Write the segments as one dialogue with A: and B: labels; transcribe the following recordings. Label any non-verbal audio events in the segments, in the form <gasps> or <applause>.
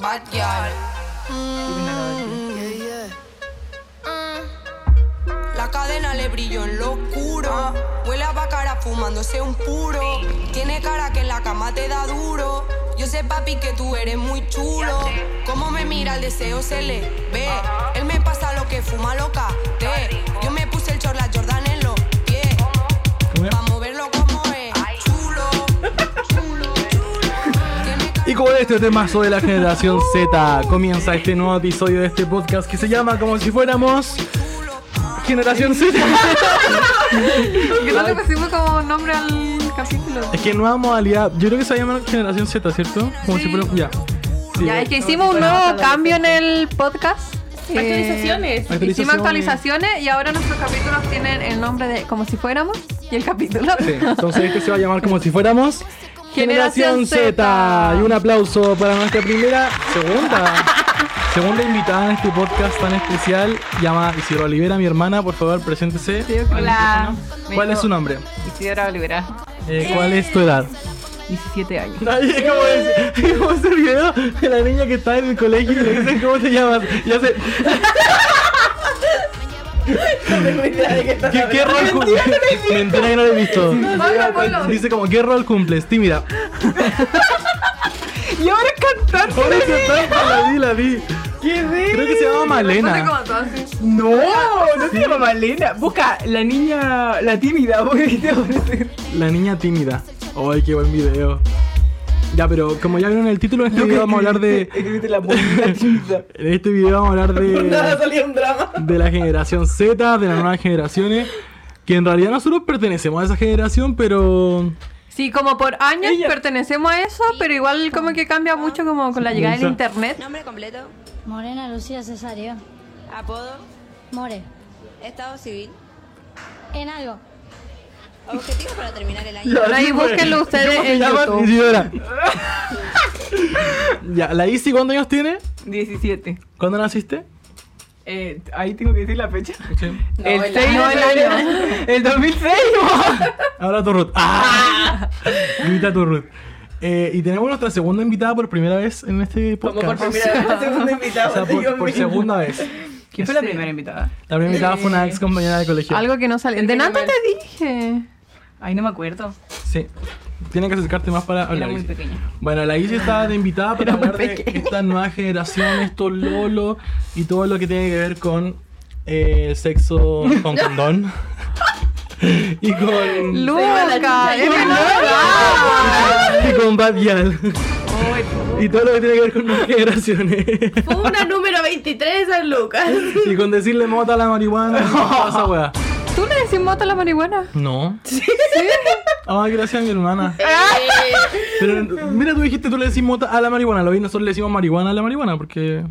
A: bad girl. Mm, yeah, yeah. Mm. La cadena le brilló en lo oscuro. Huele a bacara fumándose un puro. Tiene cara que en la cama te da duro. Yo sé, papi, que tú eres muy chulo. Como me mira, el deseo se le ve. Él me pasa lo que fuma loca. Te. Yo me puse el chorla Jordan en los pies. Pa' moverlo como es. Chulo, chulo, chulo. Tiene cara-
B: Y con este temazo de la generación Z comienza este nuevo episodio de este podcast que se llama como si fuéramos Generación
C: <laughs>
B: Z.
C: Porque no le pusimos como nombre al capítulo.
B: es que nueva modalidad, yo creo que se llama Generación Z, ¿cierto? Como si fuéramos ya. Sí,
C: Ya, es que hicimos un nuevo cambio en el podcast. Eh,
D: <laughs> Actualizaciones.
B: Actualizaciones.
C: Hicimos actualizaciones y ahora nuestros capítulos tienen el nombre de como si fuéramos y el capítulo. <laughs>
B: Sí, entonces este se va a llamar como si fuéramos
C: Generación Z.
B: Y un aplauso para nuestra primera, segunda, segunda invitada en este podcast tan especial, llamada Isidro Olivera, mi hermana, por favor, preséntese.
C: Sí, ok.
D: Hola.
B: ¿Cuál es su nombre?
D: Isidora Olivera.
B: Eh, ¿Cuál es tu edad?
D: 17 años.
B: Ay, es como ese, <laughs> es como ese video de la niña que está en el colegio y le dicen cómo te llamas. Y hace. ¿Qué, qué rol cumples? Mentira que no lo he visto.
C: Ponlo, ponlo.
B: Dice como, ¿qué rol cumples? <laughs> Tímida.
D: Y ahora es cantante.
B: Ahora se tapa, la vi, la vi.
D: ¿Qué
B: Creo que se llama
C: Ponte
B: Malena.
C: como tú así.
D: No, no se llama Malena. Busca la niña, la tímida. <laughs> porque te aparece.
B: La niña tímida. Ay, qué buen video. Ya, pero como ya vieron el título, en este video vamos a hablar
D: <laughs>
B: de.
D: Escribiste la <laughs> bonita tímida.
B: En este video vamos a hablar <laughs> de.
D: Nada, salía un drama.
B: de la generación Z, de las nuevas generaciones, que en realidad nosotros pertenecemos a esa generación, pero
C: Sí, como por años
D: Ella.
C: pertenecemos a eso, pero igual como que cambia mucho como con la llegada del
B: Esa.
C: internet.
A: Nombre completo,
E: Morena Lucía Cesario.
A: apodo,
E: More.
A: estado civil,
E: En algo.
A: objetivo para terminar el año.
B: Ya,
C: Ahí
B: sí, pues.
C: búsquenlo ustedes
B: ¿Cómo se
C: en
B: llama?
C: YouTube.
B: Isidora. ya, la Isi, ¿cuántos años tiene?
D: 17.
B: ¿Cuándo naciste?
D: Eh, ahí tengo que decir la fecha.
B: Sí.
D: el 6 no, el año. El 2006. <laughs>
B: Ahora tu Ruth. <laughs> ¡Ah! Grita tu Ruth. Eh, y tenemos nuestra segunda invitada por primera vez en este podcast.
D: vez,
B: O
D: la segunda
B: sea,
D: invitada.
B: por, por segunda vez.
D: ¿Quién fue la primera invitada?
B: La primera invitada fue una ex compañera de colegio.
C: Algo que no sale. De nada te dije.
D: Ay, no me acuerdo.
B: Sí. Tienen que acercarte más para
D: Era
B: hablar.
D: muy
B: Isi.
D: pequeña.
B: Bueno, la Isi está de invitada para
D: Era muy
B: hablar de
D: pequeña.
B: esta nueva generación, estos lolos y todo lo que tiene que ver con eh, el sexo con condón. <laughs> y con.
C: Luca, es
B: <laughs> y con Bad Gyal. y todo lo que tiene que ver con nuevas generaciones.
F: Una número 23 a Lucas.
B: y con decirle mota a la marihuana y toda esa weá.
C: ¿Tú le decís moto a la marihuana?
B: No. <laughs> Sí. Ay, gracias, mi hermana. Pero mira, tú dijiste, tú le decís mota a la marihuana. Lo vi, nosotros le decimos marihuana a la marihuana porque.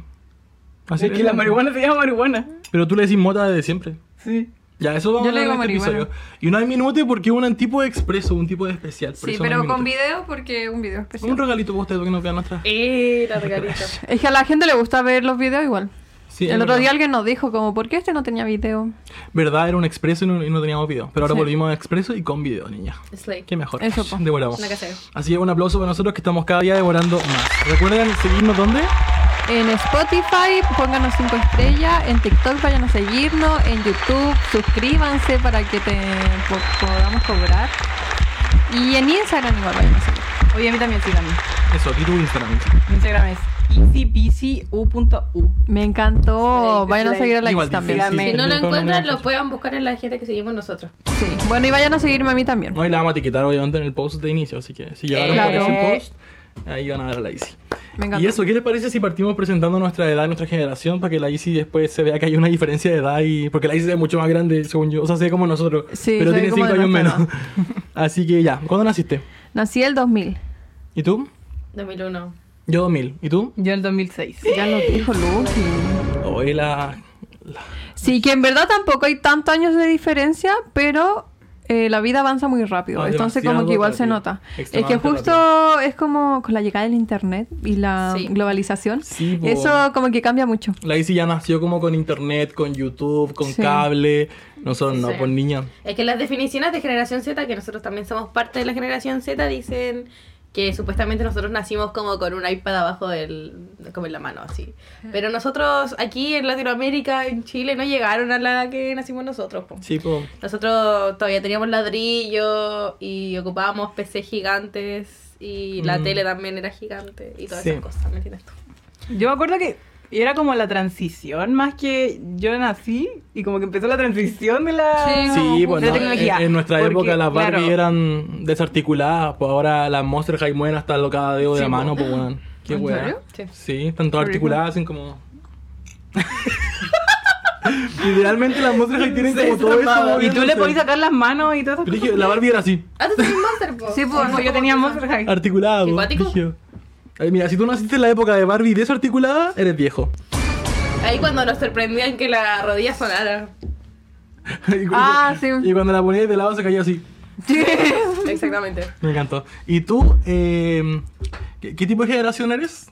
B: Así
D: Es que la marihuana se llama marihuana.
B: Pero tú le decís mota desde siempre.
D: Sí.
B: Ya, eso vamos
C: Yo
B: a hablar
C: le
B: en
C: digo
B: este
C: marihuana.
B: episodio. Y no hay minuto porque es un tipo de expreso, un tipo de especial. por
C: Sí,
B: eso no
C: pero
B: hay
C: con
B: minuto.
C: video porque un video
B: Un
C: especial.
B: regalito para usted para que nos vean nuestra.
D: Eh, la regalita.
C: Es que a la gente le gusta ver los videos igual.
B: Sí, es
C: El otro
B: verdad.
C: día alguien nos dijo como, ¿por qué este no tenía video?
B: Verdad, era un expreso y no, y no teníamos video. Pero ahora
C: Sí.
B: volvimos a expreso y con video, niña.
F: Slay.
B: Qué mejor.
C: Eso, po.
B: Devoramos.
F: Una casera.
B: Así que un aplauso para nosotros que estamos cada día devorando más. Recuerden seguirnos dónde?
C: En Spotify, pónganos 5 estrellas. En TikTok, vayan a seguirnos. En YouTube, suscríbanse para que te po- podamos cobrar. Y en Instagram igual vayan a seguir.
D: Oye, a mí también síganme.
B: Eso, y tu Instagram.
D: Mi Instagram es easypcu.u.
C: Me encantó.
D: Sí,
C: Vayan a
D: sí.
C: seguir a la
B: Igual
C: X también.
B: difícil.
D: Síganme.
F: Si no
B: Sí,
F: lo
B: no, no,
F: encuentran,
B: no.
F: lo puedan buscar en la gente que seguimos nosotros.
C: Sí. Bueno, y vayan a seguirme a mí también.
B: No, y la vamos a etiquetar obviamente en el post de inicio, así que si llegaron
C: Eh,
B: por ese
D: claro.
B: post, ahí van a ver a la Isi.
C: Me encanta.
B: Y eso, ¿qué les parece si partimos presentando nuestra edad, nuestra generación, para que la Isi después se vea que hay una diferencia de edad y... Porque la Isi es mucho más grande, según yo, o sea, se ve como nosotros,
C: Sí,
B: pero
C: se ve
B: tiene
C: como
B: 5
C: de
B: años menos.
C: nuestra
B: así que ya, ¿cuándo naciste?
C: Nací el 2000.
B: ¿Y tú?
F: 2001.
B: Yo 2000. ¿Y tú?
D: Yo en el <laughs> 2006.
C: Ya lo dijo Lucky.
B: Hoy la...
C: Sí, que en verdad tampoco hay tantos años de diferencia, pero eh, la vida avanza muy rápido.
B: Ah,
C: entonces
B: demasiado
C: como que igual se
B: rápido.
C: nota. Es que
B: Extremadamente
C: justo es como con la llegada del internet y la
F: Sí.
C: globalización.
B: Sí, po.
C: Eso como que cambia mucho.
B: La Isi ya nació como con internet, con YouTube, con
C: Sí.
B: cable. Nosotros no,
F: Sí.
B: pues niña.
F: Es que las definiciones de generación Z, que nosotros también somos parte de la generación Z, dicen que supuestamente nosotros nacimos como con un iPad abajo del, como en la mano, así. Pero nosotros aquí en Latinoamérica, en Chile, no llegaron a la edad que nacimos nosotros. po.
B: Sí, pues. po.
F: Nosotros todavía teníamos ladrillo y ocupábamos PC gigantes y la
B: Mm.
F: tele también era gigante y todas
B: Sí.
F: esas cosas, ¿me entiendes tú?
D: Yo me acuerdo que era como la transición, más que yo nací y como que empezó la transición de la...
C: Sí,
B: Sí, bueno,
D: de tecnología.
B: en, en nuestra
D: Porque,
B: época las Barbie
D: claro,
B: eran desarticuladas, pues ahora las Monster High mueven hasta lo cada dedo de
D: Sí,
B: la
D: po.
B: mano, pues weón. Qué
D: ¿En
B: weón.
D: serio?
F: Sí.
B: Sí, están todas articuladas, hacen como. <laughs> Literalmente las Monster High tienen como todo eso.
D: Y tú le
B: moviéndose.
D: podías sacar las manos y todas esas
B: Brígido, la Barbie era así,
F: Ah, tú tenías Monster, po.
D: Sí, pues yo
F: <laughs>
D: tenía Monster High.
B: articulada.
F: ¿Qué
B: po,
F: cuático?
B: brígido. Ay, mira, si tú naciste en la época de Barbie desarticulada, eres viejo. <laughs>
F: Ahí cuando nos sorprendían que la rodilla sonara.
B: Y cu-
C: Ah, sí.
B: Y cuando la ponías de lado se caía así.
C: <laughs>
F: Exactamente.
B: Me encantó. ¿Y tú, eh, ¿qué, qué tipo de generación eres?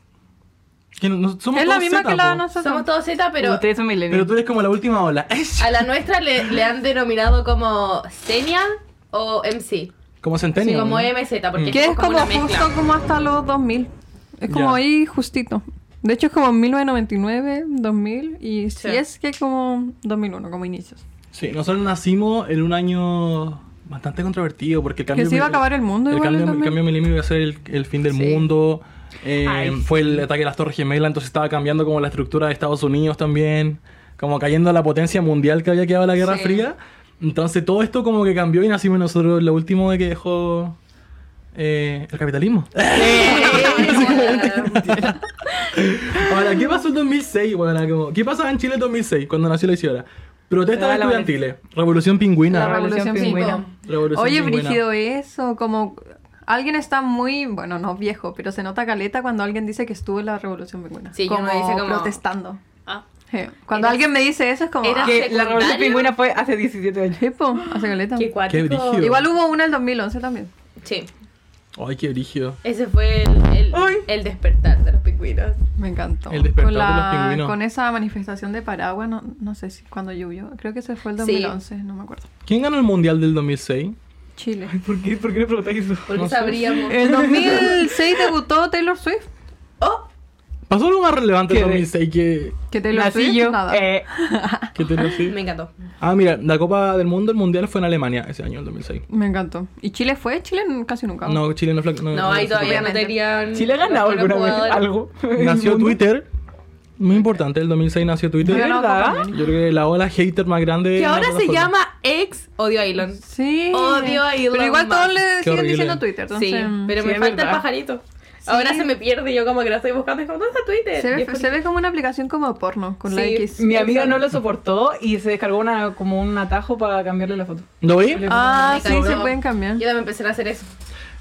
B: Que no- no- somos
C: Es la
B: todos
C: misma
B: Z,
C: que la de
B: po.
C: nosotros.
F: Somos todos Z, pero
D: Ustedes son
B: Pero
D: millennials.
B: tú eres como la última ola. <laughs> ¡Esh!
F: a la nuestra le, le han denominado como Senial o MC.
B: Como
F: Sí,
B: centenio.
F: como MZ, porque
C: Que es como,
F: una mezcla.
C: justo como hasta los 2000. Es como
B: Ya.
C: ahí justito. De hecho es como 1999, 2000 y si
F: Sí.
C: es que como 2001 como inicios.
B: Sí, nosotros nacimos en un año bastante controvertido porque el cambio...
C: se iba a
B: mil-
C: acabar el mundo igual
B: cambio,
C: también.
B: cambio milenio iba a ser el, el fin del mundo. eh, fue el ataque a las Torres Gemelas, entonces estaba cambiando como la estructura de Estados Unidos también. Como cayendo a la potencia mundial que había quedado la Guerra
C: Sí.
B: Fría. Entonces todo esto como que cambió y nacimos nosotros lo último de que dejó... eh, el
F: <laughs>
B: capitalismo. Ahora, ¿qué pasó en 2006? Bueno, como, ¿Qué pasaba en Chile en 2006 cuando nació la Isidora?
D: Ah,
B: Protestas
D: la
B: estudiantiles, revolución pingüina.
C: La revolución
D: Sí,
C: pingüina.
F: po.
B: Revolución
C: Oye,
B: pingüina.
C: brígido eso, como alguien está muy, bueno, no viejo, pero se nota caleta cuando alguien dice que estuvo en la revolución pingüina.
F: Sí, yo
C: como
F: no dice como-
C: protestando.
F: Ah.
C: Sí. Cuando
F: Eras-
C: alguien me dice eso es como
F: eras-
C: ah,
D: Que la revolución
F: ¿Secundario?
D: pingüina fue hace 17 años.
C: sí, po, hace caleta.
F: Qué cuático.
B: Qué brígido.
C: Igual hubo una en 2011 también.
F: Sí,
B: Ay, qué brígido.
F: ese fue el, el,
D: Ay.
F: el despertar de los pingüinos.
C: Me encantó.
B: El despertar
C: con,
B: de los pingüinos.
C: con esa manifestación de Paraguay, no, no sé si cuando llovió, creo que ese fue el
F: Sí.
C: 2011, no me acuerdo.
B: ¿Quién ganó el mundial del 2006?
C: Chile. <laughs>
D: ¿Por qué, ¿Por qué le preguntáis eso?
F: Porque sabríamos.
C: El
F: <laughs>
C: 2006 debutó Taylor Swift.
F: ¡Oh!
B: Pasó algo más relevante
D: Qué
B: en 2006 que,
C: Que Taylor
D: Nací
C: Swift
D: yo.
C: nada.
D: Eh,
B: que Taylor Swift.
F: <laughs> Me encantó.
B: Ah, mira, la Copa del Mundo, el mundial fue en Alemania ese año, el 2006.
C: Me encantó. ¿Y Chile fue? Chile n- casi nunca.
B: No, Chile no fue.
F: No, ahí
B: fue-
F: todavía no
C: Obviamente.
F: tenían.
D: Chile ha ganado
F: los
D: alguna vez
F: jugadores.
D: algo.
B: <laughs>
F: <laughs>
B: Nació Twitter. Muy importante, el 2006 nació Twitter.
C: Ganó
D: ¿Verdad?
C: Copa América.
B: Yo creo que la ola hater más grande.
F: Que
B: de la
F: ahora se
B: plataforma.
F: llama ex Odio a Elon.
C: Sí.
F: Odio a Elon
C: Pero igual
F: Musk.
C: todos le
B: Qué
C: siguen
B: horrible.
C: diciendo Twitter. Entonces,
F: Sí, pero
D: sí,
F: me
D: es
F: falta
D: verdad.
F: el pajarito. Ahora se me pierde y yo como que lo estoy buscando. Es como, ¿dónde está Twitter?
C: se,
F: Y
C: ve,
F: es como-
C: se ve como una aplicación como porno con la
F: Sí.
C: X.
D: Mi amiga no lo soportó y se descargó una, como un atajo para cambiarle la foto.
B: ¿Lo vi?
C: Ah,
F: Me
C: sí, se
F: encantó.
C: pueden cambiar.
F: Yo también empecé a hacer eso.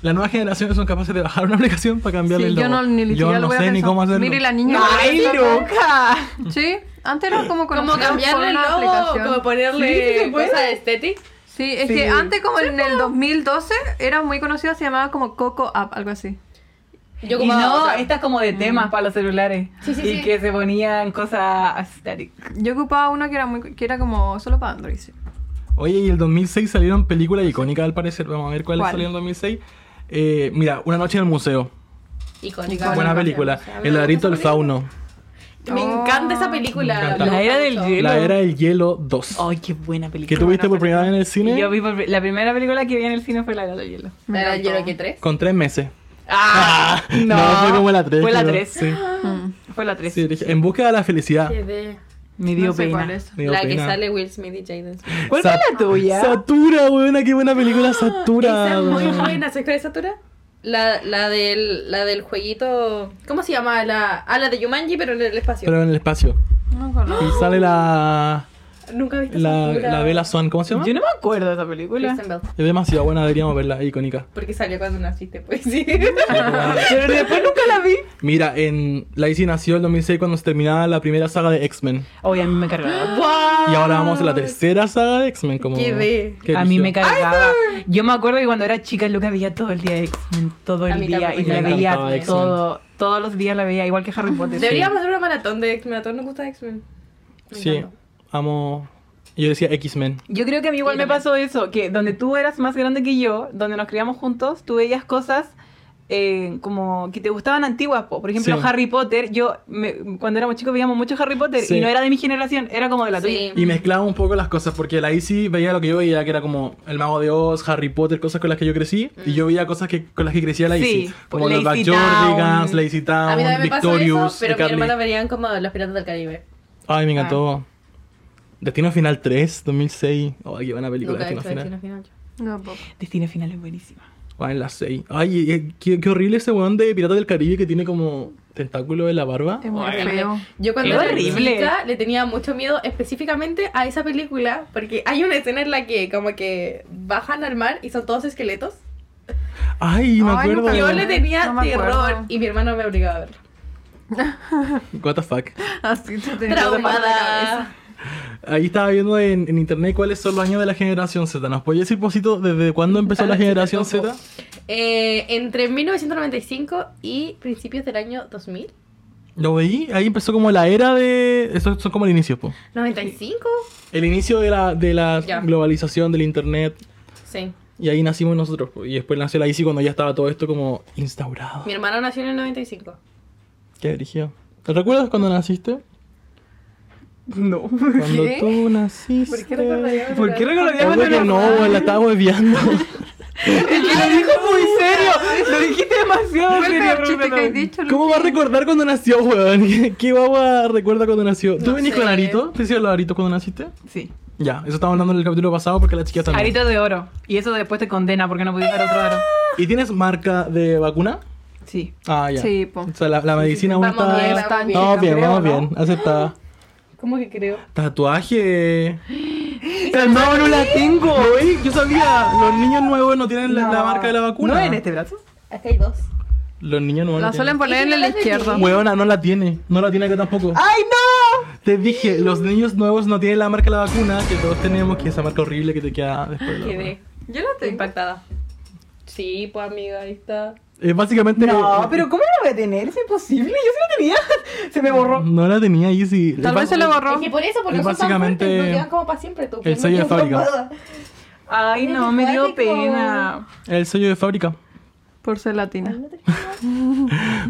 B: Las nuevas generaciones son capaces de bajar una <laughs> aplicación para
C: Sí,
B: cambiarle el
C: yo
B: logo.
C: no, ni
B: yo
C: siquiera
B: no
C: lo voy a
B: sé ni
C: pensar.
B: cómo hacerlo.
C: Mira, y la niña.
D: ¡Ay, loca!
C: Sí, antes era como
F: Como
C: conocer
F: cambiarle el
C: por una
F: logo,
C: aplicación.
F: como
D: Sí, sí
F: ponerle
D: se puede.
F: cosa de estética.
C: Sí, es
D: Sí.
C: que antes como en el 2012 era muy conocida, se llamaba como Coco App, algo así.
F: Yo
D: y
F: como
D: no,
F: otra.
D: esta es como de temas para los celulares.
F: Sí, sí,
D: y
F: sí.
D: que se ponían cosas aesthetic.
C: Yo ocupaba una que era muy que era como solo para Android. sí.
B: Oye, y el 2006 salieron películas icónicas al parecer. Vamos a ver cuáles
C: ¿Cuál?
B: salieron en 2006. Eh, mira, Una noche en el museo.
F: Icónica.
B: Buena
F: Icónica.
B: película.
F: O sea,
B: El
F: una
B: ladrito del
F: cosa bonita.
B: fauno.
F: Me
C: Oh.
F: encanta esa película.
B: Me encanta.
F: me
D: La era
F: gusta
D: del
F: mucho.
D: hielo.
B: La era del hielo 2.
D: Ay, Oh, qué buena
B: que
D: película.
B: tú viste por primera vez en el cine
D: Y Yo vi por, la primera película que vi en el cine fue La Era del Hielo.
F: La era del hielo que tres.
B: con tres meses.
D: ¡Ah!
B: <laughs> no, fue como la 3.
D: Fue <gasps> la 3.
B: Sí,
D: Fue la 3.
B: sí, dije, en búsqueda de la felicidad.
D: Me dio
C: no sé
D: pena.
C: cuál es.
B: Me dio
F: La que
B: pena.
F: sale Will Smith y Jaden. Smith.
D: ¿Cuál
B: Sa-
D: fue la tuya?
B: Satura, weona, qué buena película Satura.
F: Esa es muy
B: weona.
F: buena. ¿Sabes cuál es Satura? La, la, del, la del jueguito. ¿Cómo se llama? La, ah, la de Yumanji, pero en el espacio.
B: Pero en el espacio.
C: No conozco.
B: Y sale la,
F: Nunca he visto
B: la,
F: Satura.
B: la Bella Swan, ¿cómo se llama?
D: Yo no me acuerdo de esa película.
F: Kristen Bell.
B: Es demasiado buena, deberíamos verla, icónica.
F: Porque salió cuando naciste, pues
B: <laughs>
F: sí.
D: Pero después nunca la vi.
B: Mira, en la IC nació el 2006 cuando se terminaba la primera saga de X-Men.
D: Oye, a mí me cargaba.
B: Y ahora vamos a la tercera saga de X-Men. Como...
F: Qué de-
B: <gasps> Qué
D: a mí
B: brígido.
D: me cargaba. Yo me acuerdo que cuando era chica, Lucas veía todo el día X-Men, todo
F: A
D: el
F: mí
D: día.
F: también
D: Y
F: me
D: la
F: encantaba
D: veía
B: X-Men.
D: todo. Todos los días la veía, igual que Harry Potter.
F: Deberíamos hacer una maratón de X-Men. A todos nos gusta X-Men. Me
B: Sí,
F: encanta.
B: amo. Yo decía X-Men.
D: Yo creo que a mí igual
F: Sí,
D: me
F: también.
D: pasó eso, que donde tú eras más grande que yo, donde nos criamos juntos, tú veías cosas eh, como que te gustaban antiguas, po. por ejemplo
B: Sí.
D: Harry Potter, yo me- cuando éramos chicos veíamos mucho Harry Potter
B: Sí.
D: y no era de mi generación, era como de la tuya.
F: Sí.
B: Y mezclaba un poco las cosas, porque la Izzy veía lo que yo veía, que era como El Mago de Oz, Harry Potter, cosas con las que yo crecí,
F: Mm.
B: y yo veía cosas que, con las que crecía la
D: Sí,
B: Izzy. como los
D: Lazy
B: Backyardigans,
D: Town.
B: Lazy
F: A
B: Town,
F: mí también me pasó eso,
B: Victorious,
F: pero mi
B: iCarly.
F: hermana Ah. veían como los piratas del Caribe.
B: Ay, me encantó. Destino Final 3, 2006. Ay, qué buena película,
F: Nunca he
B: Destino
F: hecho destino
B: Final.
F: final.
C: No, po.
D: Destino Final es buenísima.
B: Ah, en la 6. Ay, eh, qué, qué horrible ese weón de Pirata del Caribe que tiene como tentáculo en la barba.
C: Es muy
F: Horrible.
C: feo.
F: Yo cuando
D: Es
F: era
D: horrible.
F: chica le tenía mucho miedo específicamente a esa película porque hay una escena en la que como que bajan al mar y son todos esqueletos.
B: Ay, me
C: Ay,
B: acuerdo.
C: nunca
F: Yo le tenía
C: No me acuerdo.
F: terror y mi hermano me obligaba a verlo.
B: What the fuck.
C: <laughs> Así te tenía
F: Traumada.
B: Ahí estaba viendo en, en internet cuáles son los años de la generación Z. ¿Nos podías decir, Posito, desde cuándo empezó
D: Ah,
B: la generación Z?
F: Eh, entre 1995 y principios del año 2000.
B: Lo veí, ahí empezó como la era de... Estos son como el inicio, po.
F: ¿95?
B: El inicio de la, de la
F: Ya.
B: globalización del internet.
F: Sí.
B: Y ahí nacimos nosotros. po. Y después nació la ICI cuando ya estaba todo esto como instaurado.
F: Mi hermano nació en el 95.
B: Qué dirigió. ¿Te recuerdas cuando naciste?
D: No.
B: Cuando tú naciste.
F: ¿Por qué recordaría?
D: ¿Por qué recordaría cuando
B: Obvio que
D: era-
B: no, güey, la estaba hueviando.
D: <laughs> Es que lo dijo muy serio. <laughs> Lo dijiste demasiado
C: Fue el
D: serio.
C: peor chiste que he
D: Rubén.
C: dicho.
B: ¿Cómo va a recordar cuando nació, weón? <laughs> ¿Qué guagua recuerda cuando nació? ¿Tú
F: No
B: venís
F: sé.
B: con Arito? ¿Te hicieron los aritos cuando naciste?
D: Sí.
B: Ya, eso estábamos hablando en el capítulo pasado porque la chica también.
D: Arito de oro. Y eso después te condena porque no pudiste dar otro aro.
B: ¿Y tienes marca de vacuna?
D: Sí.
B: Ah, ya.
C: Sí, po.
B: O sea, la, la medicina aún
F: Vamos bien,
B: está...
F: vamos bien.
B: Vamos bien,
C: creo,
B: vamos
C: ¿no?
B: bien. Aceptada.
F: ¿Cómo que creo?
B: Tatuaje. Calmado, no la tengo. Oye, Yo sabía, los niños nuevos no tienen la, la marca de la vacuna.
D: ¿No en este brazo?
F: Acá hay dos.
B: Los niños nuevos
C: La
B: no
C: suelen
B: tienen.
C: poner en la izquierda.
B: Huevona, no la tiene. No la tiene acá tampoco.
D: ¡Ay, no!
B: Te dije, los niños nuevos no tienen la marca de la vacuna que todos tenemos, que es esa marca horrible que te queda después de la
F: Quedé
B: vacuna.
D: Yo la tengo.
F: impactada. Sí, pues amiga, ahí está.
B: Eh, básicamente. eh,
D: No, pero ¿cómo la voy a tener? Es imposible. Yo sí la tenía. <laughs> Se me borró.
B: No la tenía ahí, sí.
C: Tal vez se lo borró.
F: Es que por eso, porque
B: Es
F: son tan
B: básicamente
F: fuertes, nos llevan como para siempre tú.
B: el sello de fábrica.
D: Ay, no, me dio pena.
B: El sello de fábrica.
C: Por ser latina.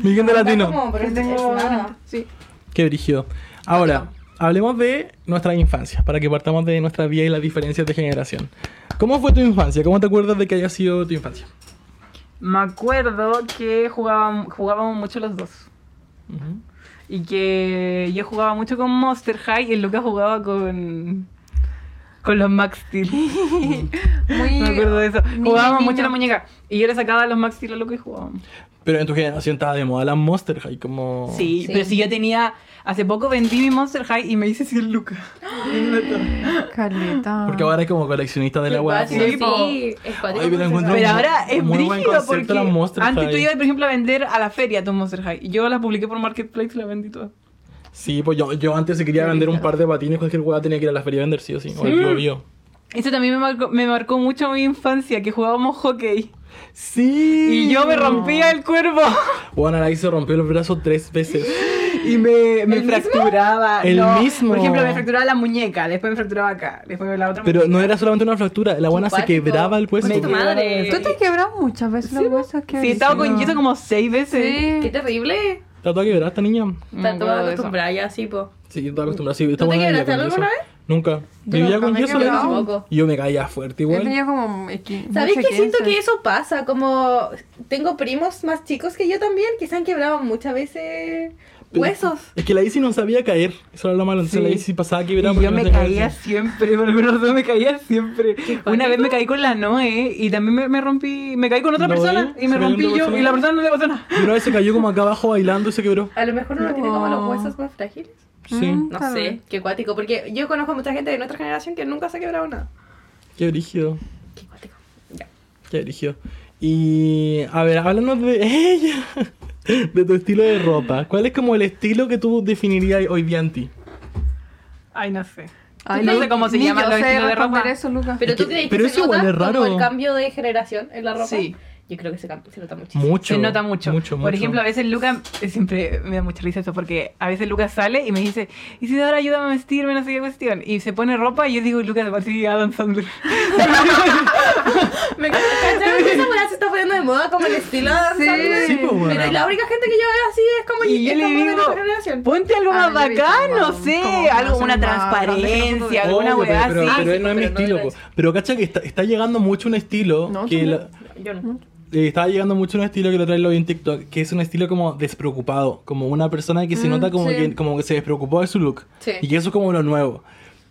B: Miguel de Latino.
F: pero tengo nada.
C: Sí.
B: Qué brígido. Ahora, hablemos de nuestra infancia, para que partamos de nuestra vida y las diferencias de generación. ¿Cómo fue tu infancia? ¿Cómo te acuerdas de que haya sido tu infancia?
D: Me acuerdo que jugaban- jugábamos mucho los dos.
B: Ujú.
D: Y que yo jugaba mucho con Monster High y el Lucas jugaba con. con los Max Steel.
C: Muy.
D: <laughs> Me acuerdo de eso.
C: Niño,
D: Jugábamos mucho
C: niño.
D: la muñeca. Y yo le sacaba los Max Steel a Lucas y jugábamos.
B: Pero en tu generación estaba de moda la Monster High, como.
D: Sí, pero si yo tenía. Hace poco vendí mi Monster High y me hice 100 lucas.
C: Caleta.
B: Porque ahora es como coleccionista de la web.
F: Sí,
D: Sí, po.
F: sí, es cuático.
B: Ay, pero encuentro-
D: Pero
B: Muy-
D: ahora es
B: muy buen
D: brígido
B: concepto
D: porque
B: la Monster
D: antes tú
B: High.
D: ibas, por ejemplo, a vender a la feria tu Monster High. Y yo las publiqué por Marketplace y las vendí todas.
B: Sí, pues yo, yo antes se quería vender un par de patines, cualquier hueá tenía que ir a la feria a vender, sí o sí. O el Bio Bio.
D: Eso también me marcó, me marcó mucho mi infancia, que jugábamos hockey.
B: Sí.
D: Y yo me rompía el cuervo.
B: Bueno, ahí se rompió los brazos tres veces.
D: <gasps> Y me, me
F: ¿El mismo?
D: fracturaba.
B: El
D: no,
B: mismo.
D: Por ejemplo, me fracturaba la muñeca, después me fracturaba acá, después la otra
B: Pero
D: muñeca.
B: no era solamente una fractura, la buena se
F: Cuático.
B: quebraba el puesto.
F: Conche tu madre.
C: Tú te has quebrado muchas veces los huesos que
D: Sí, he estado con yeso como seis veces.
F: Qué
C: Sí.
F: terrible.
B: ¿Está toda quebrada esta niña?
D: Me
F: Está
D: acuerdo
F: toda
D: de Mm, eso.
F: acostumbrada ya, sí, po.
B: Sí, yo estaba acostumbrada. Sí,
F: te quebraste alguna vez?
B: Nunca. Vivía
C: nunca
B: con
C: me he
B: yeso la
C: quebrado.
B: niña. Y yo me caía fuerte
C: He
B: igual.
C: tenido Este como. equi-
F: ¿Sabéis
C: no sé
F: que siento que
C: quince.
F: eso pasa? Como tengo primos más chicos que yo también que se han quebrado muchas veces
B: Pero-
F: huesos.
B: Es que la Izzy no sabía caer. Eso era lo malo. Entonces la
D: Sí.
B: Izzy pasaba
D: Y
B: quebrada. porque
D: yo
B: no
D: me
B: sabía
D: caía
B: caerse.
D: siempre, <laughs> por alguna razón me caía siempre. Una
F: cuático.
D: vez me caí con la Noé y también me, me rompí, me caí con otra
B: ¿La
D: persona
B: Noé?
D: y me
B: ¿Se cayó
D: rompí
B: otra
D: yo
B: persona?
D: y la persona no le pasó nada.
B: Y una vez se cayó como acá abajo bailando y se quebró.
F: A lo mejor uno tiene como los
C: No.
F: huesos más frágiles.
D: Ah.
B: Sí.
C: Mm.
F: No
C: Tal
F: sé,
C: vez.
F: qué cuático. Porque yo conozco a mucha gente de nuestra generación que nunca se ha quebrado nada.
B: Qué brígido.
F: Qué cuático. Ya.
B: Qué brígido. Y a ver, háblanos de <laughs> ella. De tu estilo de ropa. ¿Cuál es como el estilo que tú definirías hoy día en ti?
D: Ay, no sé.
C: Ay,
D: no sé cómo se
C: ni
D: llama
C: yo
D: los
C: sé
D: estilos de
C: responder
D: ropa.
C: eso, Lucas.
F: Pero
B: Es que-
F: tú crees que
B: pero
F: se
B: eso igual
F: nota
B: es raro.
F: como el cambio de generación en la ropa.
D: Sí.
F: Yo creo que se, cam- se nota muchísimo.
B: Mucho.
D: Se nota mucho.
B: Mucho,
D: Por
B: mucho.
D: ejemplo, a veces Lucas, siempre me da mucha risa eso, porque a veces Lucas sale y me dice, Isidora, ayúdame a vestirme, no sé qué cuestión. Y se pone ropa y yo digo, Lucas, va a seguir Adam
B: <laughs>
D: Sandler. <laughs>
F: Me encanta ¿Cacharon que esa weá pues, se está poniendo de moda como el estilo de
C: Sí.
F: Sandler?
B: Sí, pues, bueno.
F: Pero la única gente que yo veo así es como,
D: Y yo
F: es
D: le
F: como de
D: digo,
F: nuestra generación.
D: ponte algo
C: Ah, yo
D: más
C: he visto
D: bacán,
C: como-
D: no sé,
C: como-
D: algo,
C: como
D: una
C: son más grandes que nosotros.
D: transparencia, alguna
B: Obvio,
D: weá
B: pero, pero,
D: así.
B: pero él no es mi
F: pero no
B: estilo.
F: era
B: po.
F: eso.
B: Pero cacha que está, está llegando mucho un estilo
D: No,
B: que
D: tú no.
B: la-
F: Yo no.
B: eh, está llegando mucho un estilo que lo trae lo vi en TikTok, que es un estilo como despreocupado, como una persona que se
C: Mm,
B: nota como
C: sí.
B: que como que se despreocupó de su look.
F: Sí.
B: Y que eso es como lo nuevo.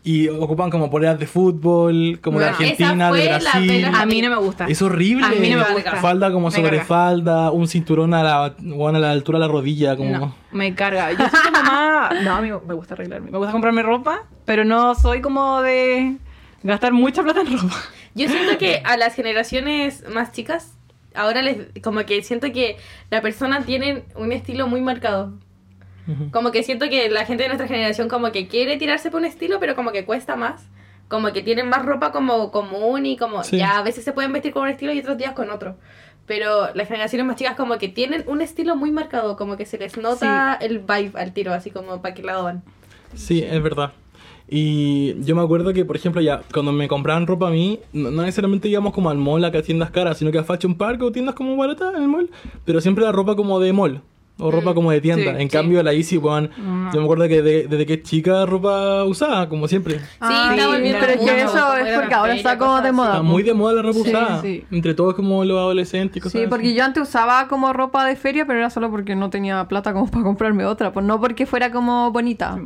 B: Y ocupan como poleas de fútbol, como de
F: Bueno, esa
B: Argentina, de
F: fue la
B: Brasil.
F: vela-
D: A mí no me gusta.
B: Es horrible.
D: A mí no me gusta.
B: Falda como
D: Me
B: sobre
D: carga.
B: falda, un cinturón a la, bueno, a la altura de la rodilla, como...
D: No, me carga. Yo soy como más... No, a mí me gusta arreglarme. Me gusta comprarme ropa, pero no soy como de gastar mucha plata en ropa.
F: Yo siento que a las generaciones más chicas, ahora les como que siento que la persona tiene un estilo muy marcado.
B: Ujú.
F: Como que siento que la gente de nuestra generación como que quiere tirarse por un estilo, pero como que cuesta más. Como que tienen más ropa como común y como
B: Sí.
F: ya a veces se pueden vestir con un estilo y otros días con otro. Pero las generaciones más chicas como que tienen un estilo muy marcado, como que se les nota el vibe al tiro, así como para qué lado van.
B: Sí, es verdad. Y yo me acuerdo que, por ejemplo, ya cuando me compraban ropa a mí, no, no necesariamente íbamos como al mall, acá a tiendas caras, sino que a Fashion Park o tiendas como baratas en el mall, pero siempre la ropa como de mall. O ropa como de tienda.
D: sí, Mm.
B: en cambio, la Easy, weón. Yo me acuerdo que de- desde que es chica, ropa usada, como siempre.
C: Ah,
F: está
C: sí,
F: volviendo
C: pero es que
F: mucho,
C: eso
F: como
C: es
F: era
C: porque
F: la
C: ahora
F: feria,
C: está como
F: cosas
C: de
F: así.
C: moda.
D: Ah,
B: Está muy de moda la ropa
C: Sí,
B: usada.
C: sí.
B: Entre todos, como los adolescentes y cosas
C: Sí, porque
B: así.
C: yo antes usaba como ropa de feria, pero era solo porque no tenía plata como <laughs> para comprarme otra, pues no porque fuera como bonita.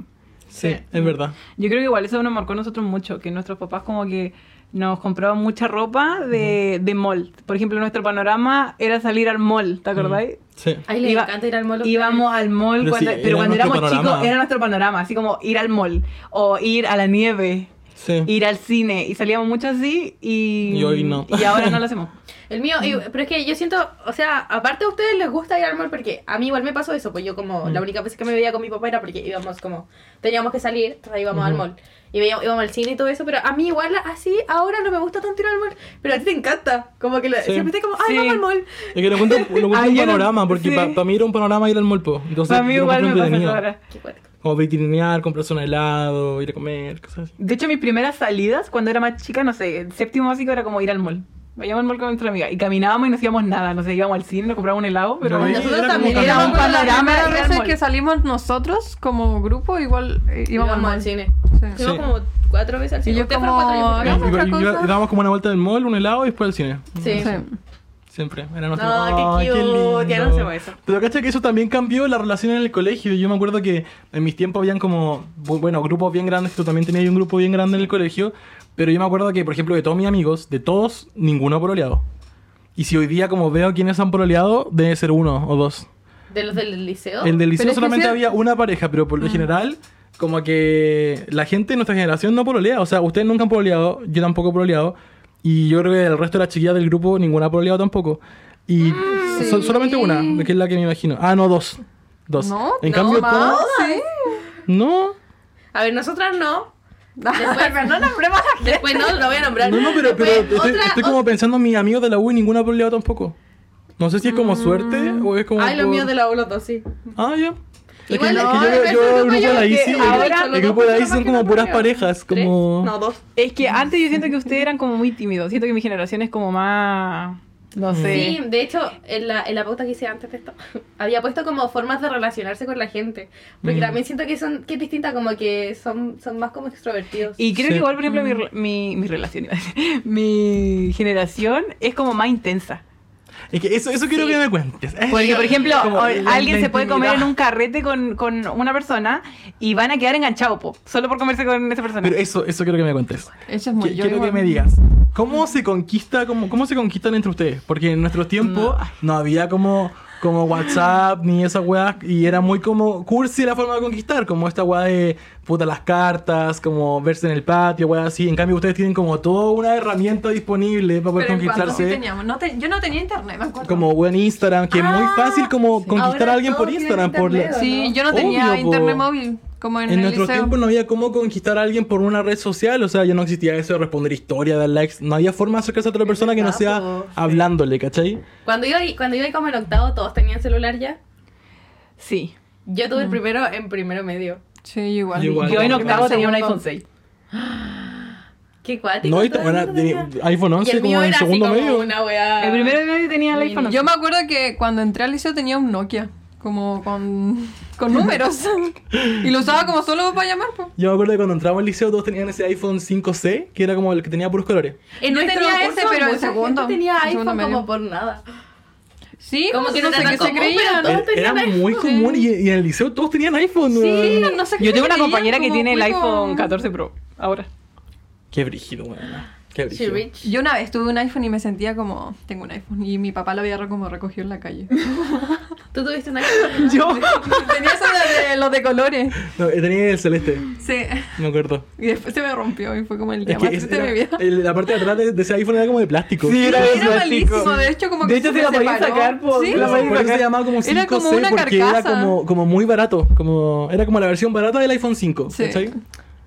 B: Sí, es verdad.
D: Yo creo que igual eso nos marcó a nosotros mucho, que nuestros papás como que nos compraban mucha ropa de, de mall. Por ejemplo, nuestro panorama era salir al mall, ¿te acordáis?
B: Sí.
F: Ay, les
D: Iba-
F: encanta ir al mall.
D: Íbamos al mall,
B: Pero
D: cuando,
B: sí,
D: pero
B: era
D: cuando éramos
B: nuestro
D: chicos
B: panorama.
D: era nuestro panorama, así como ir al mall o ir a la nieve,
B: Sí.
D: ir al cine, y salíamos mucho así y,
B: Y hoy no.
D: y ahora no
B: <laughs>
D: lo hacemos.
F: El mío, y-
B: Mm.
F: pero es que yo siento, o sea, aparte a ustedes les gusta ir al mall porque a mí igual me pasó eso, pues yo como
B: Mm.
F: la única vez que me veía con mi papá era porque íbamos como, teníamos que salir, entonces íbamos al mall. Y veíamos, íbamos al cine y todo eso, pero a mí igual así ahora no me gusta tanto ir al mall, pero a ti te encanta, como que la-
B: Sí.
F: siempre te como, ay,
D: Sí.
F: vamos al mall.
B: Es que lo cuento, lo cuento
D: Ay,
B: un
D: Ah, yo no-
B: panorama, porque
D: sí.
B: para mí era un panorama ir al mall, po. Entonces,
D: Para mí
B: yo lo
D: igual me
B: encuentro
D: pasa eso
B: entretenido.
D: ahora.
F: Qué cuático.
B: Como vitrinear, comprarse un helado, ir a comer, cosas así.
D: De hecho, mis primeras salidas cuando era más chica, no sé, el séptimo básico era como ir al mall. Vayamos al mall con nuestra amiga y caminábamos y no hacíamos nada, no sé, íbamos al cine, nos comprábamos un helado, pero...
B: No,
F: Nosotros
B: era como
F: también
B: cuando-
C: Era un
F: íbamos a la
C: panorama.
D: primera
C: Las
D: vez
C: veces
D: al
C: que
D: mall.
C: salimos nosotros como grupo, igual eh, íbamos al mall.
F: cine.
C: Sí.
F: Fuimos
B: Sí.
F: como cuatro veces al cine.
C: Y yo
F: Ustedes fueron
C: como-
F: cuatro, yo fui
C: Hagamos
B: Y-
C: otra
B: y- y-
C: cosa.
B: y Dábamos como una vuelta del mall, un helado y después al cine.
F: una.
C: Sí.
F: Sí.
B: Siempre. Era nuestro...
F: No, qué
B: Ay,
F: cute,
B: lindo.
F: ya no hacemos eso.
B: Pero cacha que eso también cambió la relación en el colegio. Yo me acuerdo que en mis tiempos habían como, bu- bueno, grupos bien grandes. Tú también tenías un grupo bien grande en el colegio. Pero yo me acuerdo que, por ejemplo, de todos mis amigos, de todos, ninguno ha pololeado. Y si hoy día como veo quiénes han pololeado, debe ser uno o dos.
F: De los del liceo.
B: El del
C: Pero
B: liceo
C: es que
B: solamente
C: sí-
B: había una pareja, pero por lo
F: Ah.
B: general, como que la gente de nuestra generación no pololea. O sea, ustedes nunca han pololeado, yo tampoco he pololeado. Y yo creo que el resto de las chiquillas del grupo ninguna ha pololeado tampoco. Y
F: Ah,
B: so-
C: sí.
B: solamente una, que es la que me imagino. Ah, no, dos. Dos.
C: No,
B: en
F: no,
B: cambio,
F: ma.
B: todas-
C: Sí.
B: No.
F: A ver, nosotras no.
C: <laughs> Ay, pero no nombremos a gente. <laughs>
F: Después no, lo voy a nombrar.
B: No, no, pero, pero
F: Después,
B: estoy,
F: Pues, otra-
B: estoy como pensando en mis amigos de la U y ninguna ha pololeado tampoco. No sé si es como suerte o es como.
F: Mm. Ay, los
B: por-
F: míos de la U, los dos, sí.
B: Ah, ya. Es que,
F: Igual,
B: es que
F: no,
B: yo
F: el
B: veo
F: resto
B: yo
F: del
B: veo el
F: grupo
B: grupo de la
F: yo
B: ICI
F: creo que ahora
B: y el grupo de la ICI son como puras parejas,
F: ¿Tres?
B: como...
F: No, dos.
D: Es que antes yo siento que ustedes eran como muy tímidos. Siento que mi generación es como más. No
F: Sí,
D: sé.
F: de hecho, en la, en la pauta que hice antes de esto, <laughs> había puesto como formas de relacionarse con la gente.
B: Mm.
F: Porque también siento que son que es distinta, como que son, son más como extrovertidos.
D: Y creo
B: Sí.
D: que igual, por ejemplo, mi, re- mi, mi relación, iba a decir, <laughs> mi generación es como más intensa.
B: Es que eso, eso quiero
F: Sí.
B: que me cuentes. Eso. <laughs>
D: Porque, por ejemplo,
B: Como
D: o-
B: la
D: alguien se puede
B: intimidad.
D: comer en un carrete con, con una persona y van a quedar enganchados, po, solo por comerse con esa persona.
B: Pero eso, eso quiero que me cuentes.
C: Eso es
B: Que-
C: muy yo
B: quiero que
C: igual.
B: me digas. ¿Cómo se conquista, cómo, cómo se conquistan entre ustedes? Porque en nuestro tiempo no, había como, como WhatsApp ni esas weas y era muy como cursi la forma de conquistar, como esta wea de puta las cartas, como verse en el patio, weas así. En cambio ustedes tienen como toda una herramienta disponible para poder
C: Pero en cuanto sí
B: conquistarse.
C: teníamos. No te- yo no tenía internet, me acuerdo.
B: como buen Instagram, que es muy
F: Ah,
B: fácil como conquistar
F: Ahora
B: a alguien por
F: todos
B: Instagram.
F: tienen
B: Por la-
F: internet,
C: Sí, yo no
B: Obvio,
C: tenía
B: po.
C: internet móvil. Como en,
B: En
C: el
B: nuestro
C: liceo.
B: tiempo no había cómo conquistar a alguien por una red social, o sea, ya no existía eso de responder historia, dar likes, no había forma de acercarse a otra persona que no
F: verdad,
B: sea
F: po.
B: hablándole, ¿cachai?
F: Cuando iba, ahí- cuando iba ahí como en octavo, todos tenían celular ya.
D: Sí.
F: Yo tuve el
B: Mm.
F: primero en primero medio.
C: Sí, igual.
B: Igual.
D: Yo en
B: Primero,
D: octavo tenía un
C: segundo.
D: iPhone 6.
F: Qué cuático.
B: No, y
F: todo el
B: bueno,
F: mundo
B: tenía
F: tenía.
B: iPhone
F: Y
B: 11
F: el mío
B: como en
F: era así
B: segundo
F: como
B: medio.
F: una weá.
D: El primero de medio tenía el iPhone 11.
C: Yo me acuerdo que cuando entré al liceo tenía un Nokia, como con, con números. y lo usaba como solo para llamar, pues.
B: Yo me acuerdo que cuando entraba al liceo todos tenían ese iPhone 5C, que era como el que tenía puros colores.
F: En
C: Yo
F: nuestro
C: tenía
F: curso pues,
C: ese, pero en
F: mucha
C: segundo,
F: gente tenía
C: en
F: iPhone
C: segundo medio.
F: como
B: <laughs>
F: por nada.
C: Sí,
F: Como
C: pues,
F: que
C: no
F: no
C: sé
F: era
C: qué
F: tan
C: se
F: común, pero
C: creían.
F: todo- Todos
B: Eh, Era
F: tenían
B: muy
F: iPhone.
B: común y, y en el liceo todos tenían iPhone.
C: Sí,
B: weón.
C: no, no sé qué
D: Yo
C: se
D: tengo una
C: creían,
D: compañera que
C: como
D: tiene el
C: cuico.
D: iPhone 14 Pro. Ahora.
B: Qué brígido, weón. Qué
F: She
B: brígido.
F: rich.
C: Yo una vez tuve un iPhone y me sentía como, tengo un iPhone. Y mi papá lo había como recogido en la calle.
F: ¿Tú tuviste un iPhone?
D: Yo.
C: <laughs> tenía eso de, de- los de colores.
B: No, eh, tenía el celeste,
C: Sí.
B: me acuerdo.
C: Y después se me rompió y fue
B: <laughs>
C: como el día
B: Es que
C: más
B: ese
C: triste de
B: era-
C: mi vida.
B: el- la parte de atrás de, de ese iPhone era como de plástico.
D: Sí, era
C: Era
D: eso,
C: malísimo,
D: chico.
C: de hecho, como
D: De
C: que
D: hecho,
C: se
D: sí la podías
C: separó.
D: sacar por
C: Sí.
D: la
B: Por eso se llamaba como 5C
C: Era como una
B: porque era
C: carcasa.
B: como, como muy barato, como era como la versión barata del iPhone 5,
C: Sí.
B: ¿cachai?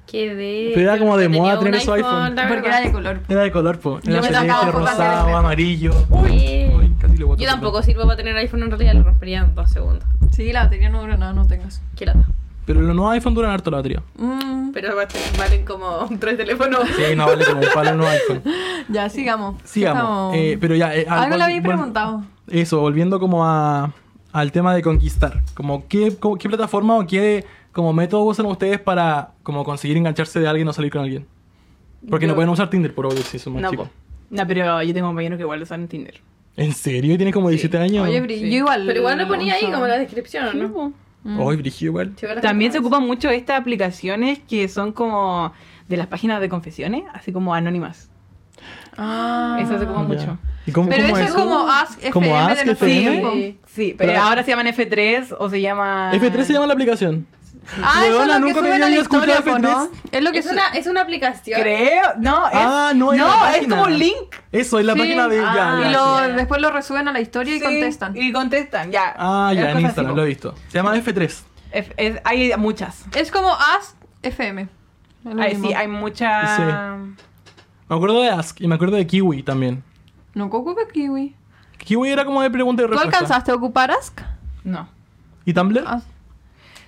F: Qué de.
B: Pero era como de
F: Tenía
B: moda
F: un
B: tener esos iPhone.
F: la
C: Porque
F: verdad.
C: era de color.
B: Era de color, po.
C: Yo
B: Era
C: me
B: celeste,
C: tocaba por pasar el
B: rosado,
C: espejo.
B: amarillo.
F: Eh.
B: Ay, casi le boto
F: Yo
B: por
F: tampoco
B: atrás.
F: sirvo para tener iPhone en realidad, lo rompería en dos segundos.
C: Sí, la batería no dura nada, no tengas.
F: Qué lata.
B: Pero los nuevos iPhone duran harto la batería.
C: Mm,
F: Pero valen como tres teléfonos.
B: Sí, no vale como un palo el nuevo <laughs> iPhone.
C: ya, sigamos.
B: Sigamos.
C: Estamos-
B: Eh, pero ya. eh, al-
C: Algo le Ah, había
B: bueno,
C: preguntado.
B: Eso, volviendo como a, al tema de conquistar. Como qué, co- qué plataforma o qué como método usan ustedes para como conseguir engancharse de alguien o salir con alguien. Porque no
F: Yo-
B: pueden usar Tinder por obvio si son más
D: No,
B: chicos.
D: po. pues. no, pero yo tengo compañeros que igual lo usan en Tinder.
B: ¿En serio? ¿Tienes como 17 años?
C: Oye, Bri, mm. yo igual.
F: Pero igual lo ponía ahí
C: uso.
F: como la descripción, ¿o
D: Sí,
F: ¿no?
D: po.
B: Ay, brígido igual.
F: Sí, ¿verdad?
D: Ah, También se ocupan mucho estas aplicaciones que son como de las páginas de confesiones, así como anónimas.
C: Ah.
D: Eso se ocupa
B: Ya.
D: mucho.
B: ¿Y cómo,
C: Pero
B: cómo
C: eso es
B: eso?
C: como Ask FM
B: Como Ask
C: de nuestro
B: FM.
C: tiempo.
F: Sí.
D: Sí, pero
B: Pero-
D: ahora se llaman F3 o se llama...
B: F3 se llama la aplicación.
C: Ah, eso es
B: Huevona,
C: lo que
B: nunca me
C: suben a la
B: había escuchado
C: historia, po, ¿no?
B: F3.
C: Es lo que
F: Es una, es una aplicación.
D: Creo. No, es...
B: Ah, no, es la
D: No, es
B: página.
D: como un link.
B: Eso, es la
C: Sí.
B: página de... ya,
D: Ah,
B: ya,
C: Y
B: sí.
C: lo, después lo resuben a la historia y
D: Sí,
C: contestan.
D: Y contestan, ya.
B: Ah,
D: Es
B: ya, en
D: cosa
B: Instagram,
D: así,
B: lo
D: po.
B: he visto. Se llama F3.
D: Es- es- hay muchas.
C: Es como Ask FM. Es lo
D: Ay,
C: mismo.
D: sí, hay muchas...
B: Sí. Me acuerdo de Ask y me acuerdo de Kiwi también.
C: No que ocupa Kiwi.
B: Kiwi era como de pregunta y
C: ¿Tú
B: respuesta.
C: alcanzaste a ocupar Ask?
D: No.
B: ¿Y Tumblr?
C: Ask.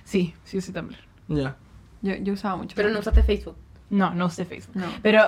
D: Sí, sí usé Tumblr.
B: Ya.
C: Yo, yo usaba mucho.
F: Pero no usaste Facebook.
D: No, no usé Facebook.
C: No.
D: Pero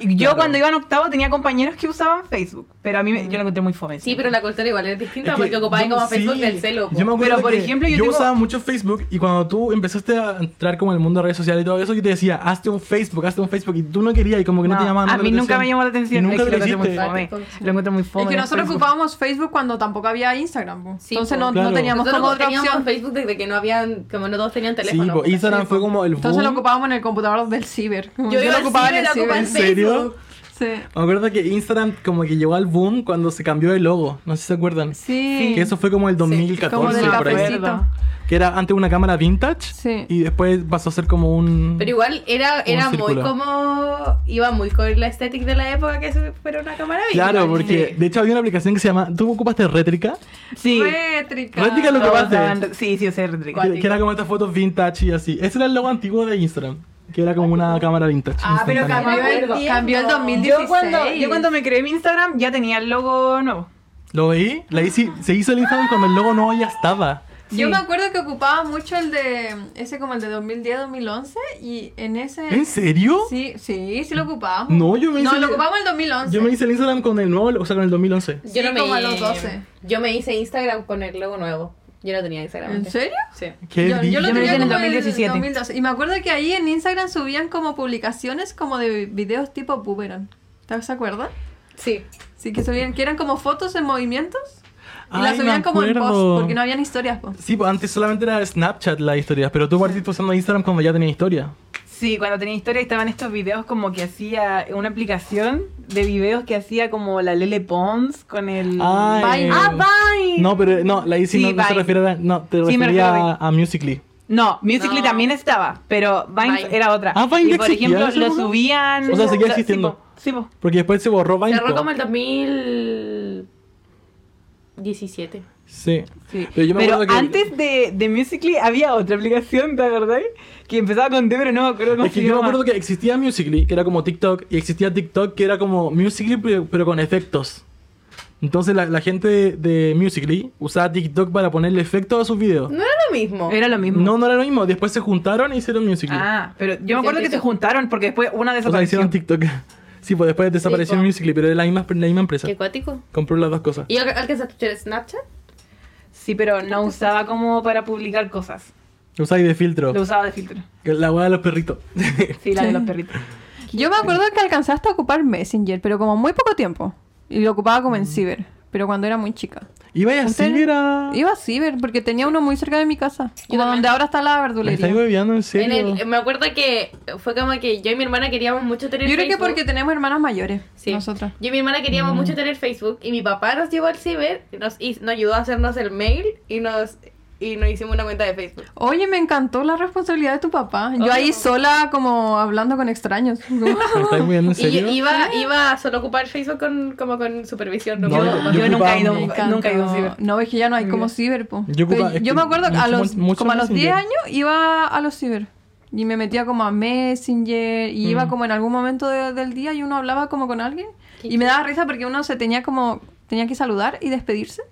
D: yo
B: Claro.
D: cuando iba en octavo tenía compañeros que usaban Facebook. Pero a mí me- yo lo encontré muy fome.
F: Sí, pero la cultura igual es distinta
B: Es que
F: porque ocupaban
B: yo-
F: como
B: sí.
F: Facebook del celo. po.
B: Yo me acuerdo
D: Pero, por
B: que
D: ejemplo, yo tengo-
B: usaba mucho Facebook y cuando tú empezaste a entrar como en el mundo de redes sociales y todo eso, yo te decía, hazte un Facebook, hazte un Facebook y tú no querías y como que no, te llamaban.
D: A mí nunca me llamó la atención.
B: nunca
D: es que
B: lo
D: encuentro muy
B: hiciste.
D: fome.
F: Exacto.
D: Lo encuentro muy
C: Es
D: fome.
C: que nosotros
D: Facebook.
C: ocupábamos Facebook cuando tampoco había Instagram. po.
F: Sí,
C: Entonces
F: po.
C: no, no
B: Claro.
C: teníamos
F: Nosotros
C: como otra
F: teníamos
C: opción.
F: Facebook desde que no habían, como no todos tenían
B: Sí,
F: teléfono.
B: po, Instagram fue como el boom.
C: Entonces lo ocupábamos en el computador del ciber. Como
F: iba
C: lo
F: al
C: ocupaba en
F: ciber,
C: el
F: la
C: ciber.
F: ocupaba
B: ¿En serio?
F: Facebook.
C: Sí.
B: Me acuerdo que Instagram como que llegó al boom cuando se cambió el logo, no sé si se acuerdan.
C: Sí.
B: Que eso fue como el 2014.
C: como del
B: por ahí.
D: cafecito.
C: cafecito.
B: Que era antes una cámara vintage
C: Sí.
B: y después pasó a ser como un...
F: Pero igual era, era muy
B: círculo.
F: como. Iba muy con la estética de la época que se fuera una cámara. y-
B: Claro, porque de hecho había una aplicación que se llama... ¿Tú ocupaste Rétrica?
D: Sí.
C: Rétrica.
B: Rétrica lo
D: Todos
B: ocupaste.
D: daban- Sí, sí, usé Retrica.
B: Que, que era como estas fotos vintage y así. Ese era el logo antiguo de Instagram. Que era como una cámara vintage.
C: Ah, pero
B: instantánea.
C: cambió el,
F: acuerdo.
C: cambió el
F: Yo
C: 2016.
D: Yo cuando, yo cuando me creé mi Instagram ya tenía el logo nuevo.
B: ¿Lo veí? La hice, se hizo el Instagram cuando el logo no ya estaba.
C: Yo me acuerdo que ocupaba mucho el de. Ese como el de 2010-2011. Y en ese.
B: ¿En serio?
C: Sí, sí, sí lo ocupábamos.
B: No, yo me hice-
C: No, lo ocupamos el 2011.
B: Yo me hice el Instagram con el nuevo, o sea, con el 2011.
F: Yo
C: Sí,
F: no me
C: como a los 12.
F: Yo me hice Instagram con el logo nuevo. Yo no tenía Instagram.
C: ¿En
F: antes.
C: serio?
F: Sí.
B: Qué
C: yo, yo
B: brillo.
C: lo
D: Yo me
C: tenía
D: hice en el
C: como
D: 2017.
C: 2012. Y me acuerdo que ahí en Instagram subían como publicaciones como de videos tipo Boomerang. ¿Te se acuerdan?
F: Sí.
C: Sí, que subían, que eran como fotos en movimientos. Y
B: Ay,
C: las
B: me
C: subían como en post,
B: acuerdo.
C: porque no habían historias. po.
B: Sí, pues antes solamente era Snapchat las historias, pero tú partiste usando Instagram cuando ya tenías historia.
D: Sí, cuando tenía historia estaban estos videos como que hacía una aplicación de videos que hacía como la Lele Pons con el...
B: Ay.
D: Vine. Ah, Vine.
B: No, pero no, la hice
D: Sí,
B: no, no se
D: Vine.
B: refiere a... No, te
D: Sí, me
B: refería
D: refiero a
B: a, a Musical.ly.
D: No, Musical.ly
F: No.
D: también estaba, pero Vine,
F: Vine.
D: era otra.
B: Ah, Vine
D: y
B: ya
D: por
B: existía
D: ejemplo,
B: en esa
D: lo
B: época.
D: subían...
B: O sea, seguía
D: lo-
B: existiendo.
D: Sí, po, sí, po.
B: Porque después se borró Vine.
F: Cerró
B: po.
F: como el 2017.
B: Sí.
D: Sí.
B: Pero
D: Pero,
B: yo me acuerdo que-
D: antes de, de Musical.ly había otra aplicación, ¿te acordás? Que empezaba con D, pero no me acuerdo cómo
B: Es que yo
D: se
B: me
D: llama.
B: acuerdo que existía Musically, que era como TikTok, y existía TikTok, que era como Musically, pero, pero con efectos. Entonces la, la gente de, de Musically usaba TikTok para ponerle efectos a sus videos.
F: No era lo mismo.
D: Era lo mismo.
B: No, no era lo mismo. Después se juntaron y hicieron Musically.
D: Ah, pero yo me acuerdo que se juntaron porque después una
B: o sea,
D: desapareció.
B: hicieron TikTok. <laughs> Sí, pues después desapareció
F: po.
B: Musically, pero era la misma, la misma empresa.
F: Qué cuático.
B: Compró las dos cosas.
F: ¿Y yo alcanzaste a escuchar Snapchat?
D: Sí, pero no usaba como para publicar cosas.
B: Usáis de filtro.
D: Lo usaba de filtro.
B: Que La hueá de los perritos. <laughs>
D: Sí, la de los perritos.
C: Yo me acuerdo que alcanzaste a ocupar Messenger, pero como muy poco tiempo. Y lo ocupaba como en ciber, pero cuando era muy chica.
B: Iba y así
C: ¿Ustedes-
B: era.
C: Iba a ciber porque tenía uno muy cerca de mi casa. Como donde ahora está la
B: Me estáis
C: verdulería.
B: bebiendo en
F: En
B: serio.
F: <laughs> el, me acuerdo que fue como que yo y mi hermana queríamos mucho tener
C: Yo creo que
F: Facebook.
C: porque tenemos hermanas mayores,
F: Sí.
C: nosotras.
F: Yo y mi hermana queríamos mucho tener Facebook y mi papá nos llevó al ciber y nos, hiz- nos ayudó a hacernos el mail y nos y nos hicimos una cuenta de Facebook.
C: Oye, me encantó la responsabilidad de tu papá. Yo ahí sola como hablando con
F: <laughs>
C: extraños.
B: ¿Me estáis bebiendo en
F: Y
B: serio?
F: yo iba, iba a solo ocupar Facebook con, como con supervisión. No,
B: No,
F: como-
B: yo-
F: como-
D: yo, nunca he ido,
C: Me encanta.
D: nunca he ido a un ciber.
C: No, es que ya no hay como
D: Mira.
C: ciber, po.
B: Yo ocupa-
C: Pero
B: es
C: yo
B: que
C: me acuerdo que a
B: mucho-
C: los,
B: mucho
C: como a los 10
B: Messenger.
C: años iba a los ciber. Y me metía como a Messenger
B: Mm.
C: y iba como en algún momento de- del día y uno hablaba como con alguien. Y me daba risa porque uno se tenía como, tenía que saludar y despedirse.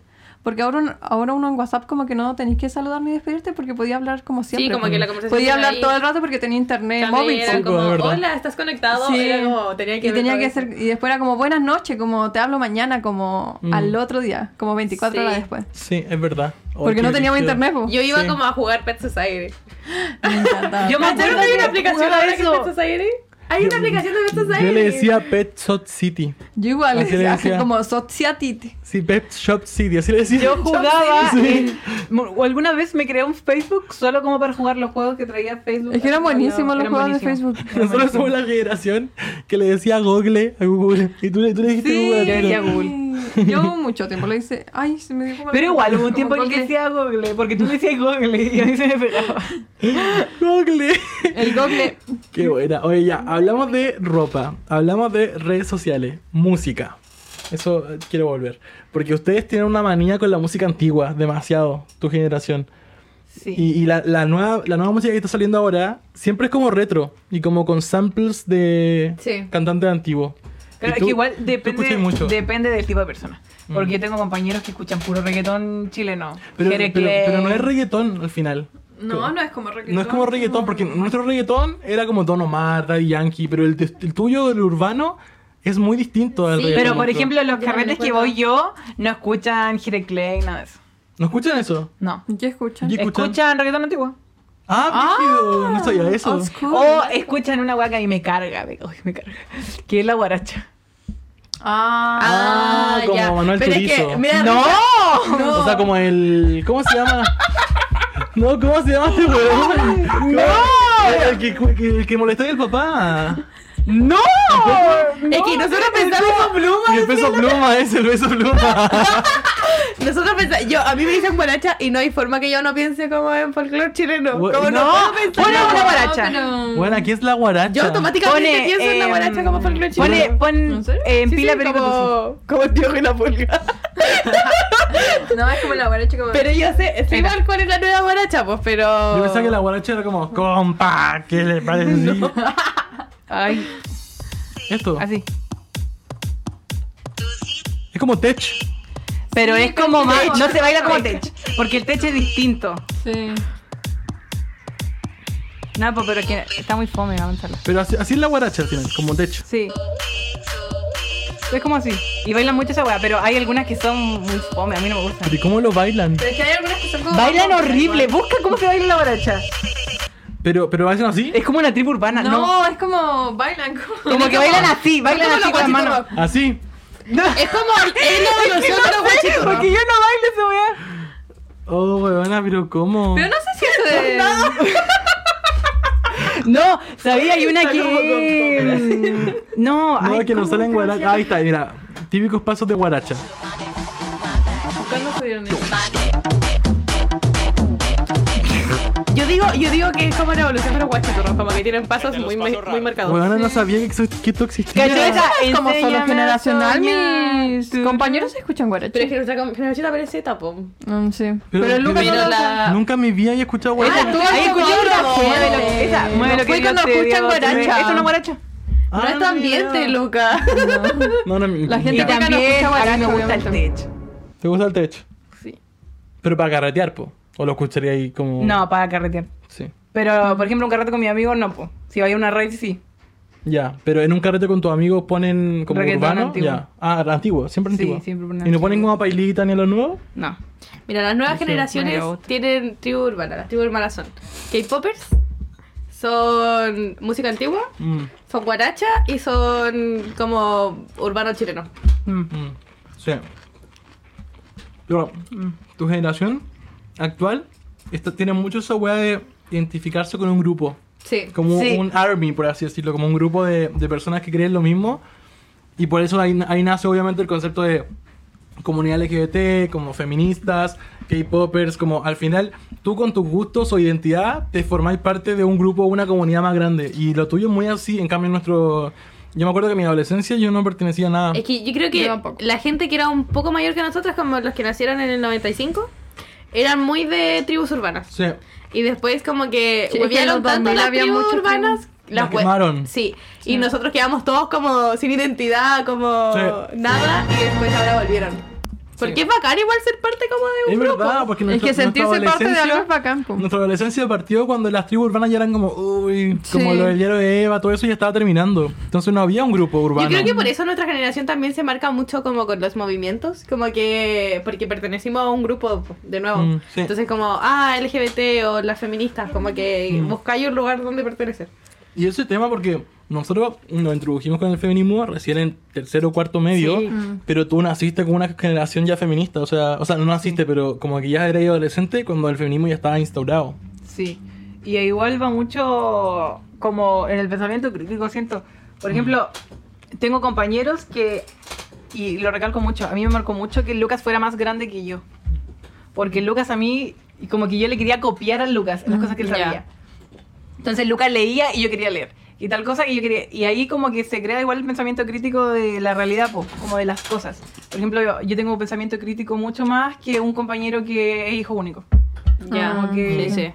C: Porque ahora, un- ahora uno en WhatsApp como que no tenéis que saludar ni despedirte porque podía hablar como siempre.
F: como que la conversación
C: Podía
F: era
C: hablar
F: ahí.
C: todo el rato porque tenía internet
F: También
C: móvil.
F: era
C: po.
B: sí,
F: como,
B: de verdad.
F: hola, ¿estás conectado?
C: Sí.
F: Era como, tenía que
C: y
F: ver
C: tenía
F: todo
C: que
F: eso.
C: hacer y después era como buenas noches como te hablo mañana como
B: Mm.
C: al otro día como 24
F: Sí.
C: horas después
B: Sí, es verdad. Ay,
C: porque
B: Oh, qué
C: no teníamos
B: brígido.
C: <laughs> internet po.
F: Yo iba
B: Sí.
F: como a jugar Pet Society.
C: me encantaba.
D: Yo me
F: ¿Cacharon
D: acuerdo
F: que hay una
D: que
F: aplicación
D: jugaba
F: ahora que es
D: eso.
F: Pet Society? Hay una aplicación de Pet Society.
B: Yo le decía Pet Shop City.
C: Yo igual <laughs>
B: Así le
C: decía,
B: decía.
C: como sociatite
B: Sí, Pet Shop City, así le decía.
D: Yo jugaba.
B: Sí.
D: en- o alguna vez me creé un Facebook solo como para jugar los juegos que traía Facebook.
C: es que eran
D: Así,
C: buenísimos los
D: eran
C: juegos
D: buenísimos.
C: de Facebook
B: Nosotros somos la generación que le decía Google a Google. Y tú, le- tú le dijiste Google. a
D: yo
B: Google.
D: decía Google.
B: <laughs>
C: yo mucho tiempo le hice ay se me dio como
D: Pero igual hubo un
C: como
D: tiempo en el que
C: Google.
D: decía Google, porque tú decías Google y a mí se me pegaba.
B: <laughs> Google.
C: el Google
B: Qué buena. Oye, ya, hablamos de ropa, hablamos de redes sociales, música. Eso eh, quiero volver. Porque ustedes tienen una manía con la música antigua, demasiado, tu generación.
D: Sí.
B: Y, y la, la nueva, la nueva música que está saliendo ahora siempre es como retro y como con samples de
F: Sí.
B: cantantes antiguos. Y
D: Pero es
B: tú-
D: que igual
B: tú
D: depende,
B: escuchas mucho.
D: depende del tipo de persona. Porque
B: Mm.
D: yo tengo compañeros que escuchan puro reggaetón chileno.
B: pero,
D: Jere
B: pero, pero no
D: Clay.
B: es reggaetón al final.
C: no no es como reggaetón
B: No es como reggaetón, porque nuestro reggaetón era como Don Omar, Daddy Yankee, pero el, de- el tuyo, el urbano, es muy distinto al
F: Sí,
B: reggaetón.
D: Pero por ejemplo, los
F: Yo no
D: carretes
F: me
D: que
F: acuerdo.
D: voy yo no escuchan Jere Clay, nada de eso.
B: ¿No escuchan eso?
D: No.
C: ¿qué escuchan?
B: ¿Y escuchan?
D: Escuchan, reggaetón antiguo.
B: Ah, brígido, no sabía eso.
C: old school.
D: O escuchan una guaca y me carga, me, uy, me carga. Que es la guaracha.
C: ah
B: Ah, como Manuel
F: Pero es
B: Turizo.
F: que, me da
D: ¡No!
F: risa.
B: <laughs> O sea, como el. ¿Cómo se llama? <laughs> No, ¿cómo se llama este
F: <laughs>
B: huevón? ¡No! El que, el que molestó al papá.
D: ¡No!
F: Es que nosotros pensamos
B: El peso pluma <laughs> es el peso
F: <laughs>
B: pluma.
F: Nosotros pensamos, yo, a mí me dicen guaracha y no hay forma que yo no piense como en folclore chileno.
B: Bu-
F: Como no,
B: no,
F: puedo pensar.
D: pone una
F: No,
D: guaracha.
F: pero-
B: Bueno, aquí es la guaracha.
D: Ah.
F: Yo automáticamente
D: Pone,
F: pienso en la
D: em,
F: guaracha como folclore
D: Pone,
F: chileno.
D: pon
C: ¿En serio?
D: eh, en
F: Sí,
D: pila
F: sí,
D: Perico Tusi.
F: como, como el tío que la pulga.
C: no es como la guaracha como
F: Pero yo sé,
C: Era.
F: sé igual cuál es la nueva guaracha, pues, pero.
B: Yo pensaba que la guaracha era como, compa, ¿qué le parece?
D: Ay,
B: Esto.
D: así.
B: Es como tech.
D: Pero es como más. No se baila como tech. Porque el tech es distinto.
C: sí
D: No, pues, pero es que está muy fome, avanzarlo.
B: Pero así, así es la guaracha al final, como tech.
D: Sí. Es como así. Y bailan mucho esa weá, pero hay algunas que son muy fome, a mí no me gustan.
B: Pero ¿y cómo lo bailan?
F: Pero es que hay algunas que son como.
D: Bailan horrible, busca cómo se baila la guaracha.
B: Pero, pero hacen así.
D: Es como una tribu urbana,
C: no,
D: ¿no?
C: es como bailan como
D: Como que bailan así, bailan
F: como
D: así con
F: los
D: las
F: guachitos
D: manos.
F: rock.
B: Así.
F: Es como.
D: <laughs>
F: Es la evolución de los guachitos. rock.
D: Porque yo no bailo esa weá.
B: Oh, huevona, pero ¿cómo?
C: pero no sé si eso de
D: No, <laughs> sabía, hay una que. <laughs> No,
B: No,
D: ay,
B: que no
D: ¿cómo?
B: salen guaracha. Ahí está, mira. Típicos pasos de guaracha.
C: ¿Cuándo subieron eso?
D: Yo digo, yo digo que es como la evolución de los guachiturros, como que tienen pasos muy, me- muy marcados.
B: Bueno, no sabía que eso, que esto existía.
D: Cacho, esa
C: Es como solo
D: enséñame
C: generacional,
D: a soñar.
C: mis compañeros escuchan guaracho.
F: Pero es que nuestra com- generación aparece Z, po.
C: Mm, sí.
B: Pero-
C: Pero,
B: pero-
C: Lucas no
B: pero
C: lo
D: la-
B: Nunca en mi vida había escuchado guaracha.
C: Esa tú
D: Ah, Ahí
C: has
D: escuché
C: escuchado
D: una
C: guaracha.
D: mueve lo que- esa, mueve
C: No
D: lo que
C: fue
D: Dios
C: cuando
D: te dio,
C: escuchan
D: te ve.
C: guaracha.
D: Es una guaracha.
B: Ah,
C: No es tu ambiente,
B: mira.
C: Lucas.
B: No, no, mi-
C: La gente
B: mira,
C: también.
D: ahora me gusta el
C: obviamente.
D: techo.
B: ¿Te gusta el techo?
D: Sí.
B: Pero para carretear, po. O lo escucharía ahí como.
D: No, para carretear.
B: Sí.
D: Pero, por ejemplo, un carrete con mi amigo, no, po. Si hay una raid, sí.
B: Ya, pero en un carrete con tus amigos ponen como
D: Reggaetón
B: urbano.
D: antiguo.
B: Ya. Ah, antiguo, siempre
D: Sí,
B: antiguo.
D: siempre ponen
B: ¿Y no
D: antiguo.
B: ponen como pailita ni a lo nuevo?
D: No.
F: Mira, las nuevas
B: Eso,
F: generaciones
D: me gusta.
F: tienen tribu urbana. Las tribus urbanas son K-popers, son música antigua,
B: Mm,
F: son guaracha y son como urbano chileno.
D: Mm.
B: mm, Sí. Pero,
D: Mm.
B: tu generación actual esta- tiene mucho esa weá de identificarse con un grupo.
F: Sí.
B: Como
D: Sí.
B: un army, por así decirlo. Como un grupo de, de personas que creen lo mismo. Y por eso ahí, ahí nace obviamente el concepto de comunidad LGBT, como feministas, K-popers, como al final tú con tus gustos o identidad te formáis parte de un grupo o una comunidad más grande. Y lo tuyo es muy así, en cambio en nuestro... Yo me acuerdo que en mi adolescencia yo no pertenecía a nada.
F: Es que yo creo que
C: Yo tampoco.
F: la gente que era un poco mayor que nosotros, como los que nacieron en el 95, eran muy de tribus urbanas.
B: Sí,
F: Y después como que
C: Sí, es que
F: volvieron
C: en los
F: tanto
C: 2000
F: las
C: había
F: tribus
C: muchas
F: urbanas.
C: tribus.
B: Las
F: hue-
B: quemaron.
F: Sí. Y nosotros quedamos todos como sin identidad, como
B: Sí.
F: nada, y después ahora volvieron. Porque es bacán igual ser parte como de
B: es
F: un grupo.
B: verdad, porque
C: Es
B: nuestra-
C: que sentirse
B: nuestra
C: parte de algo
B: adolescencia-
C: es bacán, po.
B: Nuestra adolescencia partió cuando las tribus urbanas ya eran como, uy, como
C: Sí.
B: lo del diario de Eva, todo eso ya estaba terminando. Entonces no había un grupo urbano.
F: Yo creo que por eso nuestra generación también se marca mucho como con los movimientos, como que porque pertenecimos a un grupo de nuevo.
B: Mm, sí.
F: Entonces como, ah, LGBT o las feministas, como que
B: Mm.
F: buscáis un lugar donde pertenecer.
B: Y ese tema porque nosotros nos introdujimos con el feminismo recién en tercero o cuarto medio, pero tú naciste con una generación ya feminista, o sea, o sea, no naciste, pero como que ya eres adolescente cuando el feminismo ya estaba instaurado.
D: Sí. Y igual va mucho como en el pensamiento crítico, siento. Por ejemplo, tengo compañeros que, y lo recalco mucho, a mí me marcó mucho que Lucas fuera más grande que yo. Porque Lucas a mí, y como que yo le quería copiar a Lucas las cosas que él
F: ya.
D: sabía. Entonces Lucas leía y yo quería leer. Y tal cosa que yo quería. Y ahí como que se crea igual el pensamiento crítico de la realidad, po, como de las cosas. Por ejemplo, yo, yo tengo un pensamiento crítico mucho más que un compañero que es hijo único.
F: Ya,
C: Ah,
D: Como que-
F: sí, sí.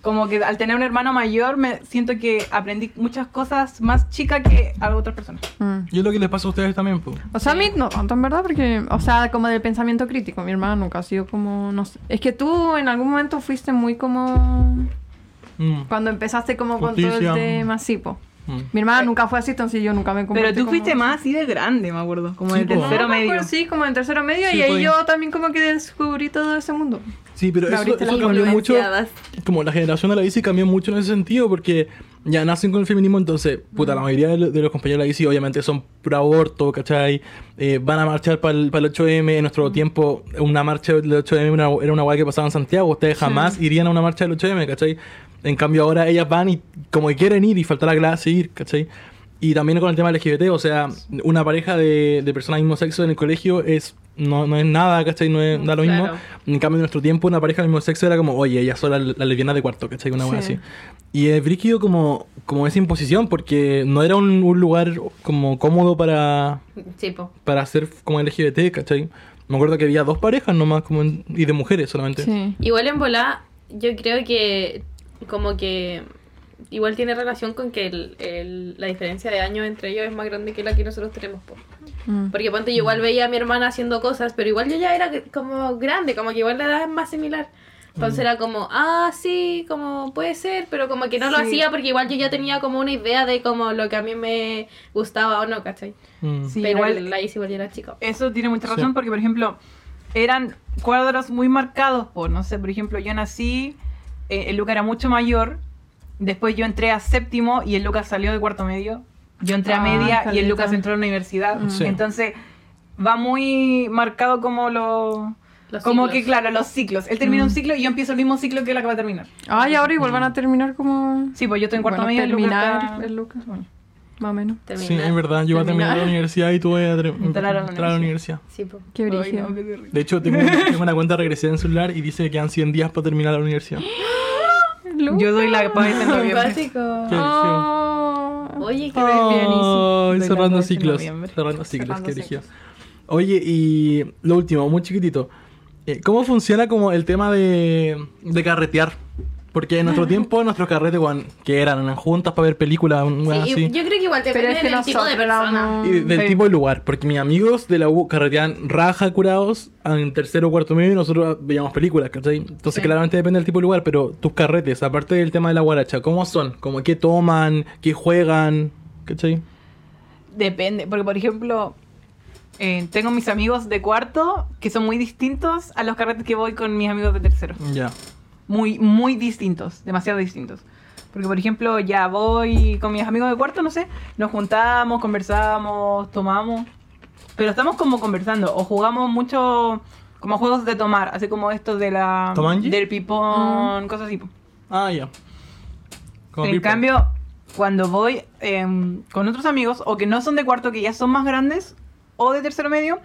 D: Como que al tener un hermano mayor me siento que aprendí muchas cosas más chica que a otras personas.
C: Mm.
B: Y es lo que les pasa a ustedes también, po.
C: O sea, a mí no tanto en verdad, porque, o sea, como del pensamiento crítico, mi hermana nunca ha sido como, no sé. Es que tú en algún momento fuiste muy como,
B: Mm,
C: cuando empezaste como con
B: Justicia.
C: todo el tema así, po.
B: mm.
C: Mi hermana nunca fue así, entonces yo nunca me
D: Eh, Pero
C: comporté
D: tú
C: como-
D: fuiste más así de grande, me acuerdo. Como
B: Sí,
D: de
B: po.
D: tercero
C: No, me
D: medio.
C: acuerdo, sí, como en tercero medio,
B: Sí,
C: y ahí
B: pues.
C: yo también como que descubrí todo ese mundo.
B: Sí, pero
C: Me
B: eso,
C: abriste
B: eso
C: las
B: cambió mucho.
F: influenciadas.
B: Como la generación de la bici cambió mucho en ese sentido, porque ya nacen con el feminismo, entonces, puta,
C: Mm.
B: la mayoría de, lo- de los compañeros de la bici obviamente son pro aborto, ¿cachai? Eh, van a marchar para el 8M. En
C: Mm.
B: nuestro tiempo, una marcha del 8M era una- era una guay que pasaba en Santiago. Ustedes jamás irían a una marcha del 8M, ¿cachai? En cambio, ahora ellas van y como que quieren ir y faltar la clase ir, ¿cachai? Y también con el tema LGBT, o sea, una pareja de, de personas del mismo sexo en el colegio es no, no es nada, ¿cachai? No es da lo mismo.
F: Claro.
B: En cambio, en nuestro tiempo, una pareja del mismo sexo era como, oye, ellas son las las lesbianas de cuarto, ¿cachai? Una wea
C: Sí.
B: así. Y es brígido como, como esa imposición, porque no era un, un lugar como cómodo para,
F: Sí, po.
B: para ser como LGBT, ¿cachai? Me acuerdo que había dos parejas nomás, como en- y de mujeres solamente.
C: Sí.
F: Igual en volá, yo creo que como que igual tiene relación con que el- el- la diferencia de años entre ellos es más grande que la que nosotros tenemos. po.
C: Mm.
F: Porque ponte, yo igual veía a mi hermana haciendo cosas, pero igual yo ya era como grande, como que igual la edad es más similar. Entonces era como, ah, sí, como puede ser, pero como que no lo
D: Sí.
F: hacía porque igual yo ya tenía como una idea de como lo que a mí me gustaba o no, ¿cachai?
B: Mm.
D: Sí,
F: pero
D: igual-
F: la hice igual yo era chica.
D: Eso tiene mucha
B: Sí.
D: razón porque, por ejemplo, eran cuadros muy marcados. Por, no sé, por ejemplo, yo nací, eh, el Luca era mucho mayor. Después yo entré a séptimo y el Lucas salió de cuarto medio. Yo entré a
C: Ah,
D: media y el
C: caleta.
D: Lucas entró a la universidad.
B: Mm. Sí.
D: Entonces, va muy marcado como lo.
F: Los
D: como
F: ciclos.
D: que, claro, los ciclos. Él termina
C: Mm.
D: un ciclo y yo empiezo el mismo ciclo que él acaba de terminar.
C: Ay, ahora igual van a terminar como...
D: mm. Sí, pues yo estoy en cuarto
C: Bueno,
D: medio y el Lucas
C: terminar
D: está-
C: el Lucas, bueno, más o menos.
B: Sí,
F: Terminar.
B: es verdad, yo iba a terminar la
C: Terminar.
B: universidad y tuve que
D: Entrar a la
B: entrar a la universidad.
F: Sí, po.
C: Qué
D: Ay,
C: brillo.
D: no, qué terrible.
B: De hecho, tengo, tengo una cuenta regresiva en celular y dice que quedan 100 días para terminar la universidad.
C: lucas.
D: Yo doy la paz en <laughs> noviembre.
F: Básico.
B: Qué elegido.
C: Oh.
F: Oye, qué
B: Ay,
D: Doy la
B: cerrando
D: paz en
B: ciclos.
D: noviembre.
B: Cerrando ciclos,
D: Cerrando
B: qué
D: ciclos.
B: elegido. Oye, y lo último, muy chiquitito. Eh, ¿Cómo funciona como el tema de, de carretear? Porque en nuestro tiempo, nuestros carretes, weón, que eran Eran juntas para ver películas, un weón
F: Sí,
B: así.
F: y- Yo creo que igual depende
C: Pero es que
F: del tipo de persona.
D: Mm,
B: Y del tipo de lugar, porque mis amigos de la U carreteaban raja curados en tercero o cuarto medio y nosotros veíamos películas, ¿cachai? Entonces claramente depende del tipo de lugar, pero tus carretes, aparte del tema de la guaracha, ¿cómo son? ¿Cómo qué toman? ¿Qué juegan? ¿Cachai?
D: Depende, porque por ejemplo, eh, tengo mis amigos de cuarto que son muy distintos a los carretes que voy con mis amigos de tercero.
B: Ya.
D: Muy, muy distintos, demasiado distintos. Porque por ejemplo, ya voy con mis amigos de cuarto, no sé, nos juntamos, conversamos, tomamos, pero estamos como conversando o jugamos mucho como juegos de tomar, así como estos de la
B: ¿Tomanji?
D: del pipón, cosas así. po.
B: Ah, ya. Como
D: en
B: people.
D: cambio, cuando voy em, con otros amigos, o que no son de cuarto, que ya son más grandes, o de tercero medio,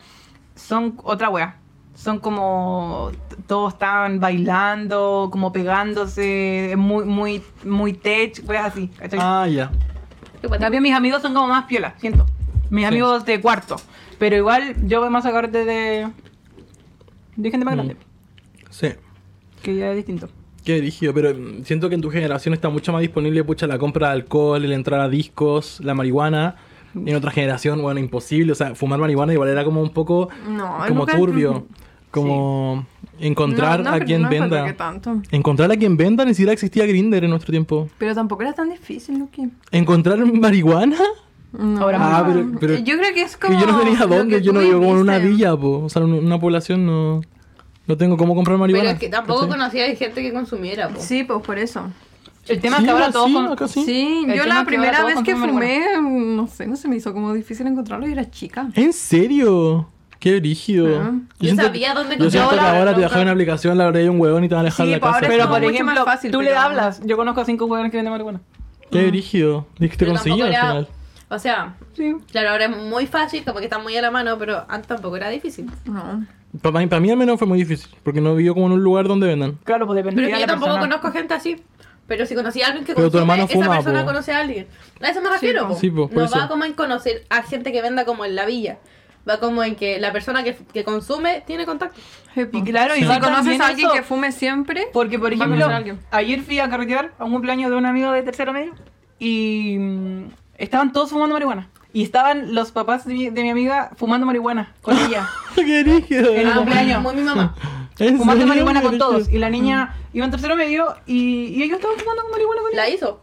D: son otra wea. Son como t- todos están bailando, como pegándose, muy, muy, muy tech, weas así. ¿cachai?
B: Ah, ya.
D: En cambio, mis amigos son como más piola, siento. Mis
B: Sí.
D: amigos de cuarto. Pero igual yo voy más a carrete de. de gente más
B: Mm.
D: grande,
B: Sí.
D: que ya es distinto.
B: Qué dirigido, pero mm, siento que en tu generación está mucho más disponible, pucha, la compra de alcohol, el entrar a discos, la marihuana. En otra generación, bueno, imposible. O sea, fumar marihuana igual era como un poco
G: No,
B: como
G: nunca-
B: turbio. Como encontrar
G: No, no,
B: a
G: pero
B: quien
G: no encuentro
B: venda.
G: que tanto.
B: Encontrar a quien venda ni siquiera existía Grinder en nuestro tiempo.
G: Pero tampoco era tan difícil, Luqui.
B: ¿Encontrar <laughs> marihuana?
G: No.
D: Ahora
B: Ah, pero- pero-
G: Eh, yo creo que es
B: Que
G: como.
B: yo no tenía
G: lo
B: dónde,
G: que
B: yo no
G: tú
B: vivo como en una
G: viviste.
B: villa, po. o sea, en una población no, no tengo cómo comprar marihuana.
F: Pero es que tampoco
B: ¿cachai?
F: conocía de gente que consumiera. po.
G: Sí, pues por eso.
D: El tema
B: Sí,
D: es que ahora
B: así,
D: todos. con-
B: acá
G: Sí,
B: sí.
D: El
G: yo
D: tema es
G: la
D: que ahora
G: primera
D: todos
G: vez que
D: consumen
G: fumé, no sé, no se me hizo como difícil encontrarlo y era chica.
B: ¿En serio? Qué rígido.
G: Ah.
F: Yo
B: siento-
F: sabía dónde
B: Yo siento que
F: compraba,
B: ahora te
F: no,
B: bajan una
F: no.
B: aplicación, la abrí un huevón y te van a dejar
G: Sí,
B: la
G: pues
B: casa.
G: ahora
D: Pero
G: No,
D: por
G: mucho más
D: ejemplo,
G: fácil,
D: tú le
G: pero-
D: hablas. Yo conozco a cinco huevones que venden marihuana.
B: Qué rígido. Y que te
F: Pero
B: conseguí
F: tampoco
B: al
F: era-
B: final.
F: O sea,
D: Sí.
F: claro, ahora es muy fácil, como que está muy a la mano, pero antes tampoco era difícil.
G: No.
B: Para mí, para mí al menos fue muy difícil, porque no vivo como en un lugar donde vendan. <laughs>
D: Claro, pues depende
F: Pero
D: de
F: yo
D: la
F: tampoco
D: persona.
F: conozco gente así. Pero si conocí a alguien que
B: Pero tu hermano
F: esa
B: fuma,
F: persona
B: po.
F: conoce a alguien. A eso me refiero.
B: po. Sí, po, por
F: no
B: eso.
F: va como en conocer a gente que venda como en la villa. Va como en que la persona que, que consume tiene contacto.
G: Sí, po.
D: Y claro, y
G: si
D: va
G: conoces
D: también
G: a alguien
D: eso.
G: que fume siempre,
D: Porque, por
G: Va a
D: ejemplo,
G: conocer a alguien.
D: ayer fui a carretear a un cumpleaños de un amigo de tercero medio y mm, estaban todos fumando marihuana. Y estaban los papás de mi, de mi amiga fumando marihuana con
G: <laughs>
D: ella.
B: Qué rígido.
D: En
F: Ah,
D: cumpleaños.
F: Muy mi mamá.
B: ¿En
D: fumando
B: serio?
D: marihuana
B: Qué
D: con todos.
B: rígido.
D: Y la niña iba en tercero medio y, y ellos estaban fumando marihuana con ella.
F: La hizo.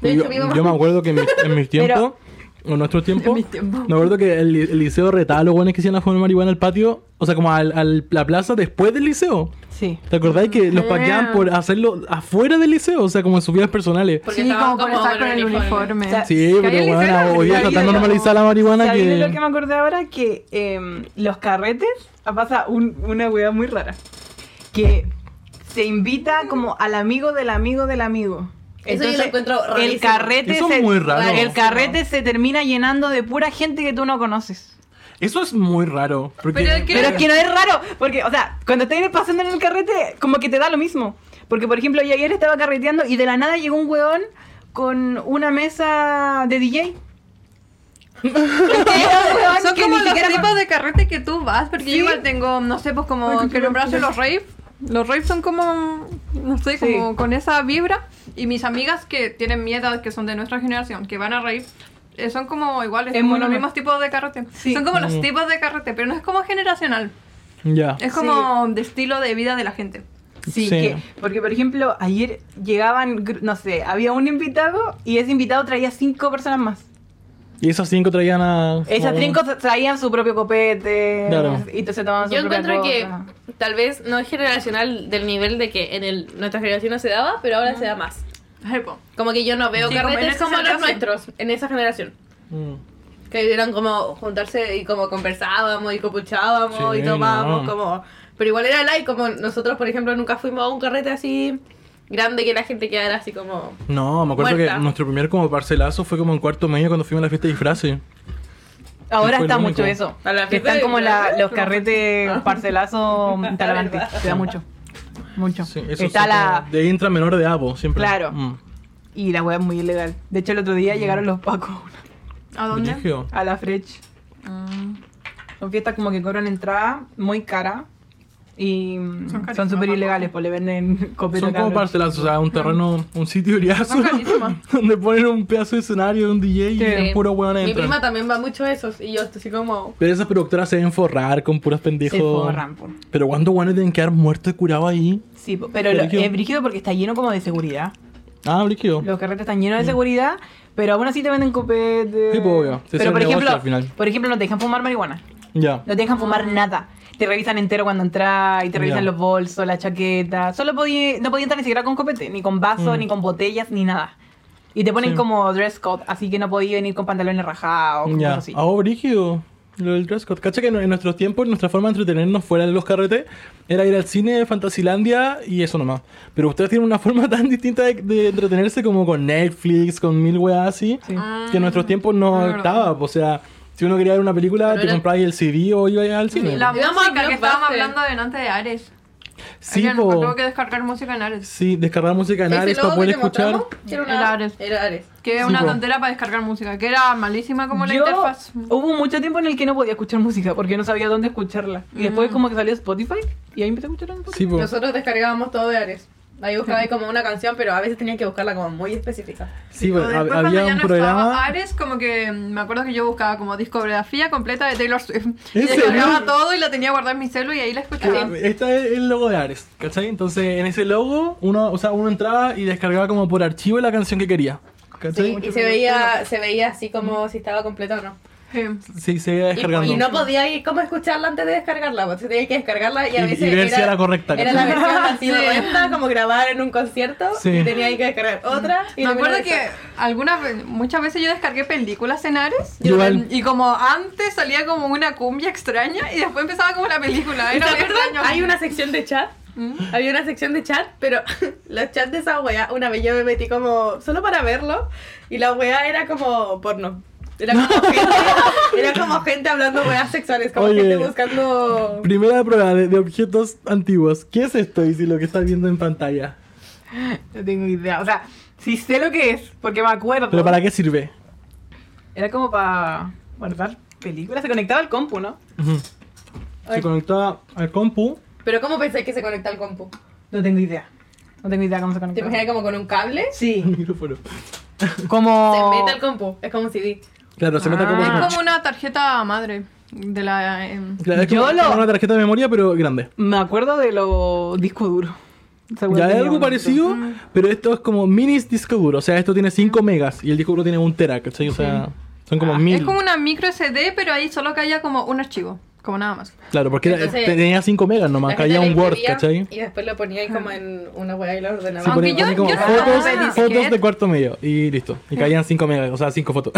F: De hecho,
B: yo,
F: mi mamá.
B: yo me acuerdo que en mi, en mis tiempos, o en nuestros tiempos, me acuerdo que el, li- el liceo retaba a los buenos que hacían la fumar marihuana al patio, o sea, como a la plaza después del liceo.
D: Sí.
B: ¿Te acordáis que los paqueaban por hacerlo afuera del liceo? O sea, como en sus vidas personales.
F: Porque
G: sí,
F: estaban
G: como por estar con el uniforme.
D: O sea,
B: Sí,
G: Que ahí
B: pero
G: el liceo
B: bueno,
G: era
B: hoy día está tan
D: privado.
B: normalizada la marihuana
D: ¿Sabéis de lo que
B: que...
D: me acordé ahora? Que em, los carretes ah, pasa un- una weá muy rara. Que se invita como al amigo del amigo del amigo.
F: Eso yo lo encuentro
D: el
F: rarísimo.
D: carrete,
B: Eso es
D: se,
B: muy raro.
D: el carrete se termina llenando de pura gente que tú no conoces.
B: Eso es muy raro. Porque...
G: Pero es que-
D: Pero es que no es raro, porque, o sea, cuando estás pasando en el carrete, como que te da lo mismo. Porque, por ejemplo, yo ayer estaba carreteando y de la nada llegó un weón con una mesa de
G: <laughs>
D: DJ.
G: son
D: que
G: como
D: ni
G: los
D: siquiera-
G: tipos de carrete que tú vas, porque
D: Sí.
G: yo igual tengo, no sé, pues como
D: Ay, qué
G: que nombraste
D: locura.
G: los raves. Los raves son como, no sé,
D: Sí.
G: como con esa vibra. Y mis amigas que tienen miedo, que son de nuestra generación, que van a rave, eh, son como iguales,
D: Es
G: como
D: muy
G: los
D: normal.
G: mismos tipos de carrete.
D: Sí.
G: Son como
B: Mm.
G: los tipos de carrete, pero no es como generacional.
B: Ya.
G: Es como de estilo de vida de la gente.
D: Sí,
B: Sí.
D: que- porque por ejemplo, ayer llegaban, gru- no sé, había un invitado y ese invitado traía cinco personas más.
B: Y esas cinco traían a...
D: Esas
G: Oh.
B: como-
D: cinco traían su propio copete
B: Claro.
D: y entonces tomaban su
F: Yo
D: propia
F: encuentro que
D: coca.
F: tal vez no es generacional del nivel de que en el, nuestra generación no se daba, pero ahora se da más.
G: Ay, po.
F: Como que yo no veo
G: Sí, como en
F: carretes
G: esa
F: como, los
G: generación.
F: nuestros, en esa generación.
B: Mm.
F: Que eran como juntarse y como conversábamos y copuchábamos
B: Sí,
F: y tomábamos,
B: no.
F: como... Pero igual era like, como nosotros, por ejemplo, nunca fuimos a un carrete así grande que la gente quedara así como...
B: No, me acuerdo
F: Muerta.
B: que nuestro primer como parcelazo fue como en cuarto medio cuando fuimos a la fiesta de disfraces.
D: Ahora
B: fue el
D: está
B: único.
D: mucho eso.
F: A la
D: Que están
F: fiesta de- <laughs> Ah.
D: como la- los carretes parcelazos talagantes. Se da mucho. mucho.
B: Sí, eso
D: Está
B: es
D: la...
B: como De intra menor de Apo, siempre.
D: Claro.
B: Mm.
D: Y la wea es muy ilegal. De hecho, el otro día llegaron los pacos
C: ¿A dónde?
B: Brígido.
F: Ah,
D: a la Frech.
B: Mm.
D: Son fiestas como que cobran entrada muy cara. Y
C: Son
D: mm, son
C: carísimas,
D: súper
C: Paco.
D: ilegales, pues le venden copete
B: Son como parcelazos, o sea,
F: Ah.
B: un terreno, un sitio briazo,
C: Son carísimas.
B: <laughs> donde ponen un pedazo de escenario, un DJ y
F: Sí.
B: un puro hueón
F: Mi
B: entra.
F: prima también va mucho a esos y yo estoy así como...
B: Pero esas productoras se deben forrar con puros pendejos.
D: Se forran, po.
B: Pero ¿cuántos hueones deben quedar muertos y curados ahí?
D: Sí, po, pero lo-
B: Brígido.
D: es brígido porque está lleno como de seguridad.
B: Ah, brígido.
D: Los carretes están llenos de seguridad, pero aún así te venden copete.
B: Mm. Sí, pues, obvio. Se
D: pero
B: hicieron negocio
D: por ejemplo,
B: al final.
D: por ejemplo, no te dejan fumar marihuana.
B: Ya.
D: No te dejan fumar nada. Te revisan entero cuando entras y te revisan
B: Ya.
D: los bolsos, la chaqueta. Solo podía, no podía entrar ni siquiera con copete, ni con vaso,
B: Mm.
D: ni con botellas, ni nada. Y te ponen
B: Sí.
D: como dress code, así que no podía venir con pantalones rajados,
B: Ya.
D: cosas así.
B: Ah, oh, brígido. Lo del dress code. Cacha que en en nuestros tiempos, nuestra forma de entretenernos fuera de los carretes era ir al cine de Fantasilandia y eso nomás. Pero ustedes tienen una <laughs> forma tan distinta de, de entretenerse como con Netflix, con mil weas así,
D: Sí.
B: que en nuestros tiempos no
C: Ah, verdad.
B: estaba. O sea, si uno quería ver una película,
F: Pero
B: te
F: era-
B: comprabas el CD o ibas al cine.
C: La
F: Íbamos al
C: música que estábamos
F: Blockbuster.
C: hablando delante de Ares.
B: Sí,
C: Oigan,
B: po.
C: Tengo que descargar música en Ares.
B: Sí, descargar música en Ares
F: Ese logo
B: para
F: que
B: poder
F: te
B: escuchar.
F: mostramos, que Era, una-
C: Era Ares.
F: Era Ares.
C: Que es
B: Sí,
C: una
B: po.
C: tontera para descargar música, que era malísima como la
D: Yo-
C: interfaz.
D: Hubo mucho tiempo en el que no podía escuchar música porque no sabía dónde escucharla. Y
C: Mm.
D: después como que salió Spotify y ahí empecé a escuchar en Spotify.
B: Sí, po.
F: Nosotros descargábamos todo de Ares. Ahí buscaba ahí como una canción, pero a veces tenía que buscarla como muy específica.
B: Sí, po.
C: O después,
B: Hab-
C: cuando
B: había
C: ya
B: un
C: no estaba
B: programa.
C: Ares, como que mm, me acuerdo que yo buscaba como discografía completa de Taylor Swift. Y
B: ¿En
C: descargaba
B: serio?
C: todo y la tenía guardada en mi celu y ahí la escuchaba.
B: Este es el logo de Ares, ¿cachai? Entonces en ese logo uno, o sea, uno entraba y descargaba como por archivo la canción que quería. ¿Cachai?
F: Y se veía, se veía así como si estaba completo o no.
C: Sí.
B: Sí, se iba
F: Y,
B: descargando.
F: y no podía ir como escucharla antes de descargarla, pues tenía que descargarla y a
B: Y- y
F: veces
B: ver si era correcta,
F: Era la
B: ¿cachai?
F: versión
C: <laughs>
F: así
C: Sí.
F: esta, como grabar en un concierto
B: Sí.
F: y tenía ahí que descargar otra. Y
C: Me
F: terminar
C: acuerdo
F: de
C: que algunas ve- muchas veces yo descargué películas en Ares y,
B: Igual.
C: y como antes salía como una cumbia extraña y después empezaba como la película.
F: ¿Y
C: Era
F: ¿Te
C: muy
F: acuerdas?
C: extraño.
F: Hay una sección de chat.
C: Mm.
F: Había una sección de chat, pero <laughs> los chats de esa weá, una vez yo me metí como solo para verlo y la weá era como porno. Era como gente, <laughs> era como gente hablando weas sexuales, como
B: Oye. <laughs>
F: gente buscando.
B: Primera prueba de, de objetos antiguos. ¿Qué es esto? Y si lo que estás viendo en pantalla.
D: No tengo idea. O sea, sí sé lo que es, porque me acuerdo.
B: ¿Pero para qué sirve?
D: Era como para guardar películas. Se conectaba al compu, ¿no?
B: Ujú. Se
F: Ay.
B: conectaba al compu. <laughs>
F: Pero ¿cómo pensé que se conecta al compu?
D: No tengo idea. No tengo idea cómo se
F: ¿Te
B: Ah.
D: conectaba.
F: imaginas como con un cable?
D: Sí,
B: Micrófono.
D: <laughs> como...
F: Se mete al compu, es como un CD.
B: Claro, se mete
D: Ah.
B: como.
C: Es como una tarjeta madre de la... em,
B: Claro, es como-
D: Yo
B: como
D: lo-
B: una tarjeta de memoria, pero grande.
D: Me acuerdo de los discos duros.
B: Ya hay algo parecido, pero esto es como mini disco duro. O sea, esto tiene 5 megas y el disco duro tiene 1 tera, ¿cachai? O sea, son como mil.
C: Es como una micro SD, pero ahí solo caía como un archivo, como nada más. <laughs>
B: Claro, porque era-
F: Entonces,
B: tenía 5 megas nomás,
F: La gente
B: caía
F: la
B: un Word,
F: escribía
B: ¿cachai?
F: Y después lo ponía ahí como en una weá y lo ordenaba.
B: Sí,
C: Aunque
B: pone,
C: yo-
B: pone como
C: yo no
B: fotos,
C: sabía de
B: fotos
C: disquete.
B: de cuarto medio y listo. Y caían 5 megas, o sea, 5 fotos.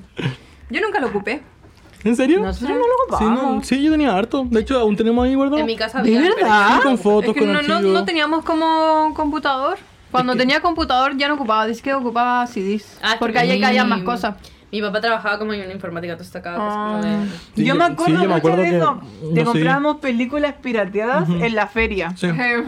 B: <laughs>
C: Yo nunca lo ocupé.
B: ¿En serio?
D: Nosotros no lo
B: Sí, no,
D: ocupábamos.
B: sí, yo tenía harto. De hecho, aún tenemos ahí guardado.
F: En mi casa
D: ¿De
F: había. pero-
D: verdad?
B: Sí, con fotos,
C: Es que
B: con
C: no, no-
B: archivos.
C: no teníamos como computador. Cuando tenía computador ya no ocupaba disque, ocupaba CDs.
F: Ah,
C: porque ahí
F: sí.
C: caían más cosas.
F: Mi papá trabajaba como en una informática, entonces sacaba
C: Ah.
F: cosas como de.
B: Sí,
D: yo me
B: sí,
D: acuerdo
B: yo me
D: mucho
B: acuerdo
D: de
B: que-
D: eso.
B: no
D: Te
B: sé.
D: comprábamos películas pirateadas
B: Ujú.
D: en la feria.
B: Sí.
C: Eh,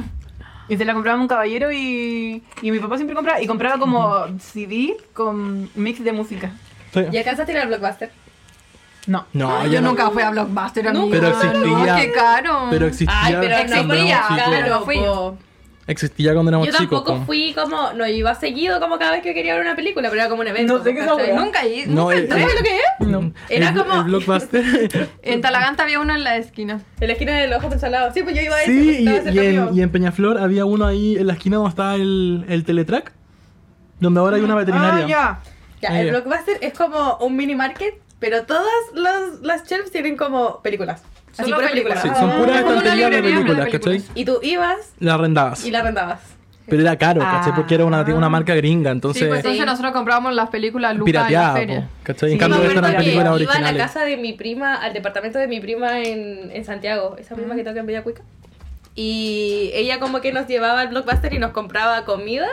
D: Y se la compraba a un caballero y, y mi papá siempre compraba. Y compraba como CD con mix de música. Ah,
B: Sí.
F: ¿Y alcanzaste a ir al blockbuster?
D: No.
B: No,
C: Ah, yo
B: Ah, no.
C: nunca fui a Blockbuster, amiga.
B: Pero
C: No,
B: existía.
C: qué caro.
B: Pero existía.
F: Ay,
B: cuando
F: pero no
B: éramos
F: fui a-
B: chicos.
F: claro,
C: No fui.
F: po.
B: Existía cuando éramos
F: Yo
B: chicos.
F: tampoco
B: como.
F: fui como, no iba seguido como cada vez que quería ver una película, pero era como un evento.
D: No sé qué es
F: ¿cachai?
D: esa weá.
C: Nunca ir.
B: No,
C: nunca
B: eh,
C: entré.
F: ¿Sabes lo que es?
B: No.
F: Era
B: El-
F: como-
B: el
F: <laughs>
B: blockbuster.
C: En Talaganta había uno en la esquina.
F: En la esquina del ojo pensalado. Sí, pues yo iba a ese.
B: Sí, y,
F: estaba cerca
B: y en,
F: mío.
B: y en Peñaflor había uno ahí en la esquina donde estaba el, el Teletrack, donde ahora hay una veterinaria.
D: Ah, ya.
F: Ya,
B: Ah,
F: el
B: ya.
F: blockbuster es como un mini market, pero todas las, las shelves tienen como películas. Así,
C: Solo
F: puras
C: películas.
F: películas.
B: Sí, son
C: Ah,
B: puras
C: como una
B: estanterías de
C: librería, pero de
B: películas, ¿cachai?
C: películas.
F: Y tú ibas
B: La Ah. arrendabas.
F: y la arrendabas.
B: Pero era caro, ¿cachai? Porque era una, una marca gringa, entonces,
C: Sí, pues entonces nosotros comprábamos las películas Lucas en la
B: pirateada,
C: feria.
B: po, ¿cachai? en
D: Sí,
B: cambio
D: me
B: estas
D: acuerdo
B: eran
D: que
B: películas
F: iba a la
B: originales.
F: casa de mi prima, al departamento de mi prima en, en Santiago, esa
C: Ah.
F: misma que toca en Bella Cuica. Y ella como que nos llevaba al blockbuster y nos compraba comida,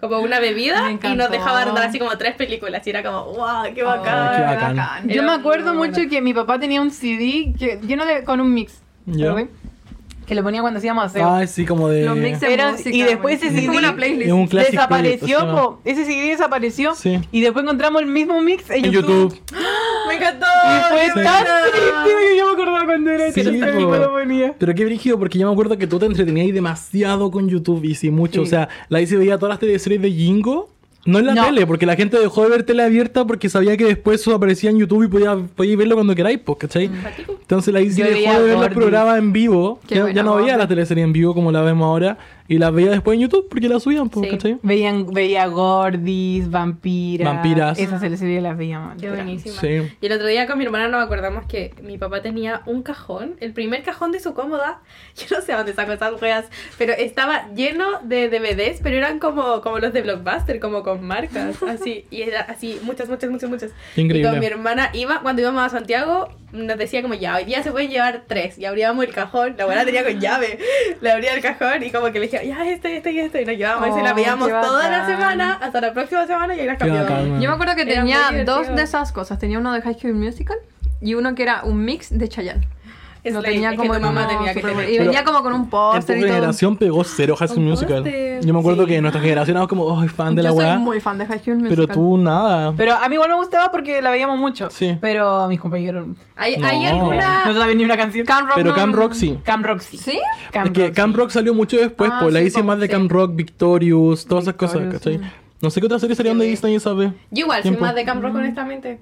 F: como una bebida,
C: Me
F: y
C: encantó.
F: nos dejaba arrendar así como tres películas. Y era como, wow, qué bacán.
B: Ay, qué bacán.
D: Yo
F: Era
D: me acuerdo
F: muy
D: mucho
F: bueno.
D: que mi papá tenía un CD que, lleno de con un mix.
B: Ya.
D: ¿ok? Que que lo ponía cuando hacíamos aseo.
B: Ah, sí, como de.
G: Los mix de
D: Eran-
G: música,
D: y después ese
G: güey. Es como
D: CD
G: una playlist.
B: Es un classic
D: desapareció,
B: playlist,
D: po. ese CD desapareció
B: Sí.
D: y después encontramos el mismo mix en,
B: En
D: YouTube.
B: YouTube.
C: Oh.
G: Me encantó.
D: Y fue
B: Sí.
D: tan triste, yo me acordaba cuando era
B: Sí,
D: chica y
B: po.
D: me lo ponía.
B: Pero qué brígido, porque yo me acuerdo que tú te entretenías demasiado con YouTube, y sí, mucho. O sea, la hice veía todas las teleseries de Jingo. No en la
D: No.
B: tele, porque la gente dejó de ver tele abierta porque sabía que después eso aparecía en YouTube y podía, podía verlo cuando queráis, pues, ¿cachai? Entonces la ICI
D: Yo
B: dejó
D: veía
B: de ver los
D: Gordy.
B: programas en vivo.
G: Qué
B: Ya,
G: buena
B: ya no veía
G: onda.
B: las teleseries en vivo como las vemos ahora. Y las veía después en YouTube porque las subían, pues,
F: Sí.
B: ¿cachai?
D: Veían, veía gordis, vampiras.
B: Vampiras.
D: Esas series las veíamos.
F: Qué buenísima.
B: Sí.
F: Y el otro día con mi hermana nos acordamos que mi papá tenía un cajón, el primer cajón de su cómoda. <laughs> Yo no sé a dónde sacó esas weas, pero estaba lleno de DVDs, pero eran como, como los de Blockbuster, como con
G: <laughs>
F: marcas, así. Y era así, muchas, muchas, muchas, muchas.
B: Qué increíble.
F: Y con mi hermana iba, cuando íbamos a Santiago, nos decía como ya, hoy día se pueden llevar tres. Y abríamos el cajón, la
G: <laughs>
F: buena tenía con llave. Le abría el cajón y como que le decía, ya, este, este y este. Y nos llevábamos y se la
G: Oh,
F: veíamos
G: qué
F: toda la
G: bacán.
F: semana, hasta la próxima semana y ahí las
B: Qué bacán,
F: cambiábamos.
B: man.
G: Yo me acuerdo que
F: Era muy
G: tenía
F: divertido.
G: dos de esas cosas. Tenía uno de High School Musical y uno que era un mix de Chayanne.
F: Es
G: Lo
F: la-
G: tenía
F: es
G: como
F: que tu
G: en
F: mamá
G: uno
F: tenía que
G: super-
F: tener.
G: Y
B: Pero-
G: venía como con un
B: En tu
G: póster y todo.
B: generación pegó cero High School
F: Con
B: Musical.
F: póster.
B: Yo me acuerdo
F: Sí.
B: que nuestra generación éramos como, oh, fan de la
G: Yo soy
B: weá.
G: muy fan de High School Musical.
B: Pero tú nada.
D: Pero a mí igual me gustaba porque la veíamos mucho.
B: Sí.
D: Pero mis compañeros
F: ¿Hay,
B: No.
F: hay alguna
D: no sabían ni una canción.
G: Camp Rock
B: Pero
G: no-
B: Cam Rock sí.
D: Cam Roxy.
G: ¿Sí?
D: Cam
B: Es que
D: Rock,
B: Camp Rock salió mucho después,
G: Ah,
B: pues la
G: sí,
B: hice
G: po,
B: más de
G: sí.
B: Camp Rock, Victorious, todas esas cosas, ¿cachai?
D: Victorious,
B: No sé qué otra serie salieron de Disney, ¿sabes?
F: Yo igual
B: Tiempo.
F: soy más de Camp
D: Mm.
F: Rock, honestamente.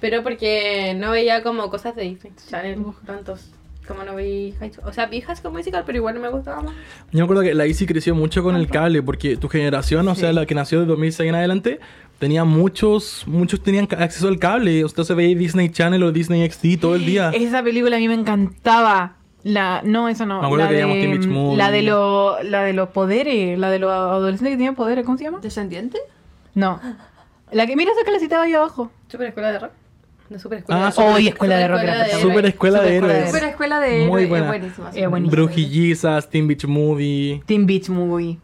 F: Pero porque no veía como cosas de Disney Channel, tantos. Como no vi High School- O sea, vi High School Musical, pero igual no me gustaba más.
B: Yo me acuerdo que la ICI creció mucho con el cable, porque tu generación, o sea, la que nació de 2006 en adelante, tenía muchos, muchos tenían ca- acceso al cable. Ustedes se veía Disney Channel o Disney XD todo el día.
D: Esa película a mí me encantaba. La, no, esa no.
B: Me acuerdo
D: la
B: que
D: de, mm,
B: veíamos Teen Beach Movie.
D: La de, lo- la de los poderes, la de los adolescentes que tenían poderes, ¿cómo se llama?
G: ¿Descendiente?
D: No. La que, mira esa que la citaba ahí abajo.
F: ¿Super escuela de rock? No, super escuela
B: Ah,
F: de rock.
D: Oye, Escuela de Rock era
F: Superescuela
D: espectacular.
B: Super Escuela de
D: Superescuela de
B: Héroes.
D: Héroes.
G: Pero escuela de héroe.
B: Muy
G: es
B: buena. Eh,
G: buenísima, sí.
D: Es buenísima.
B: Brujillizas, Teen Beach Movie.
D: Teen Beach Movie.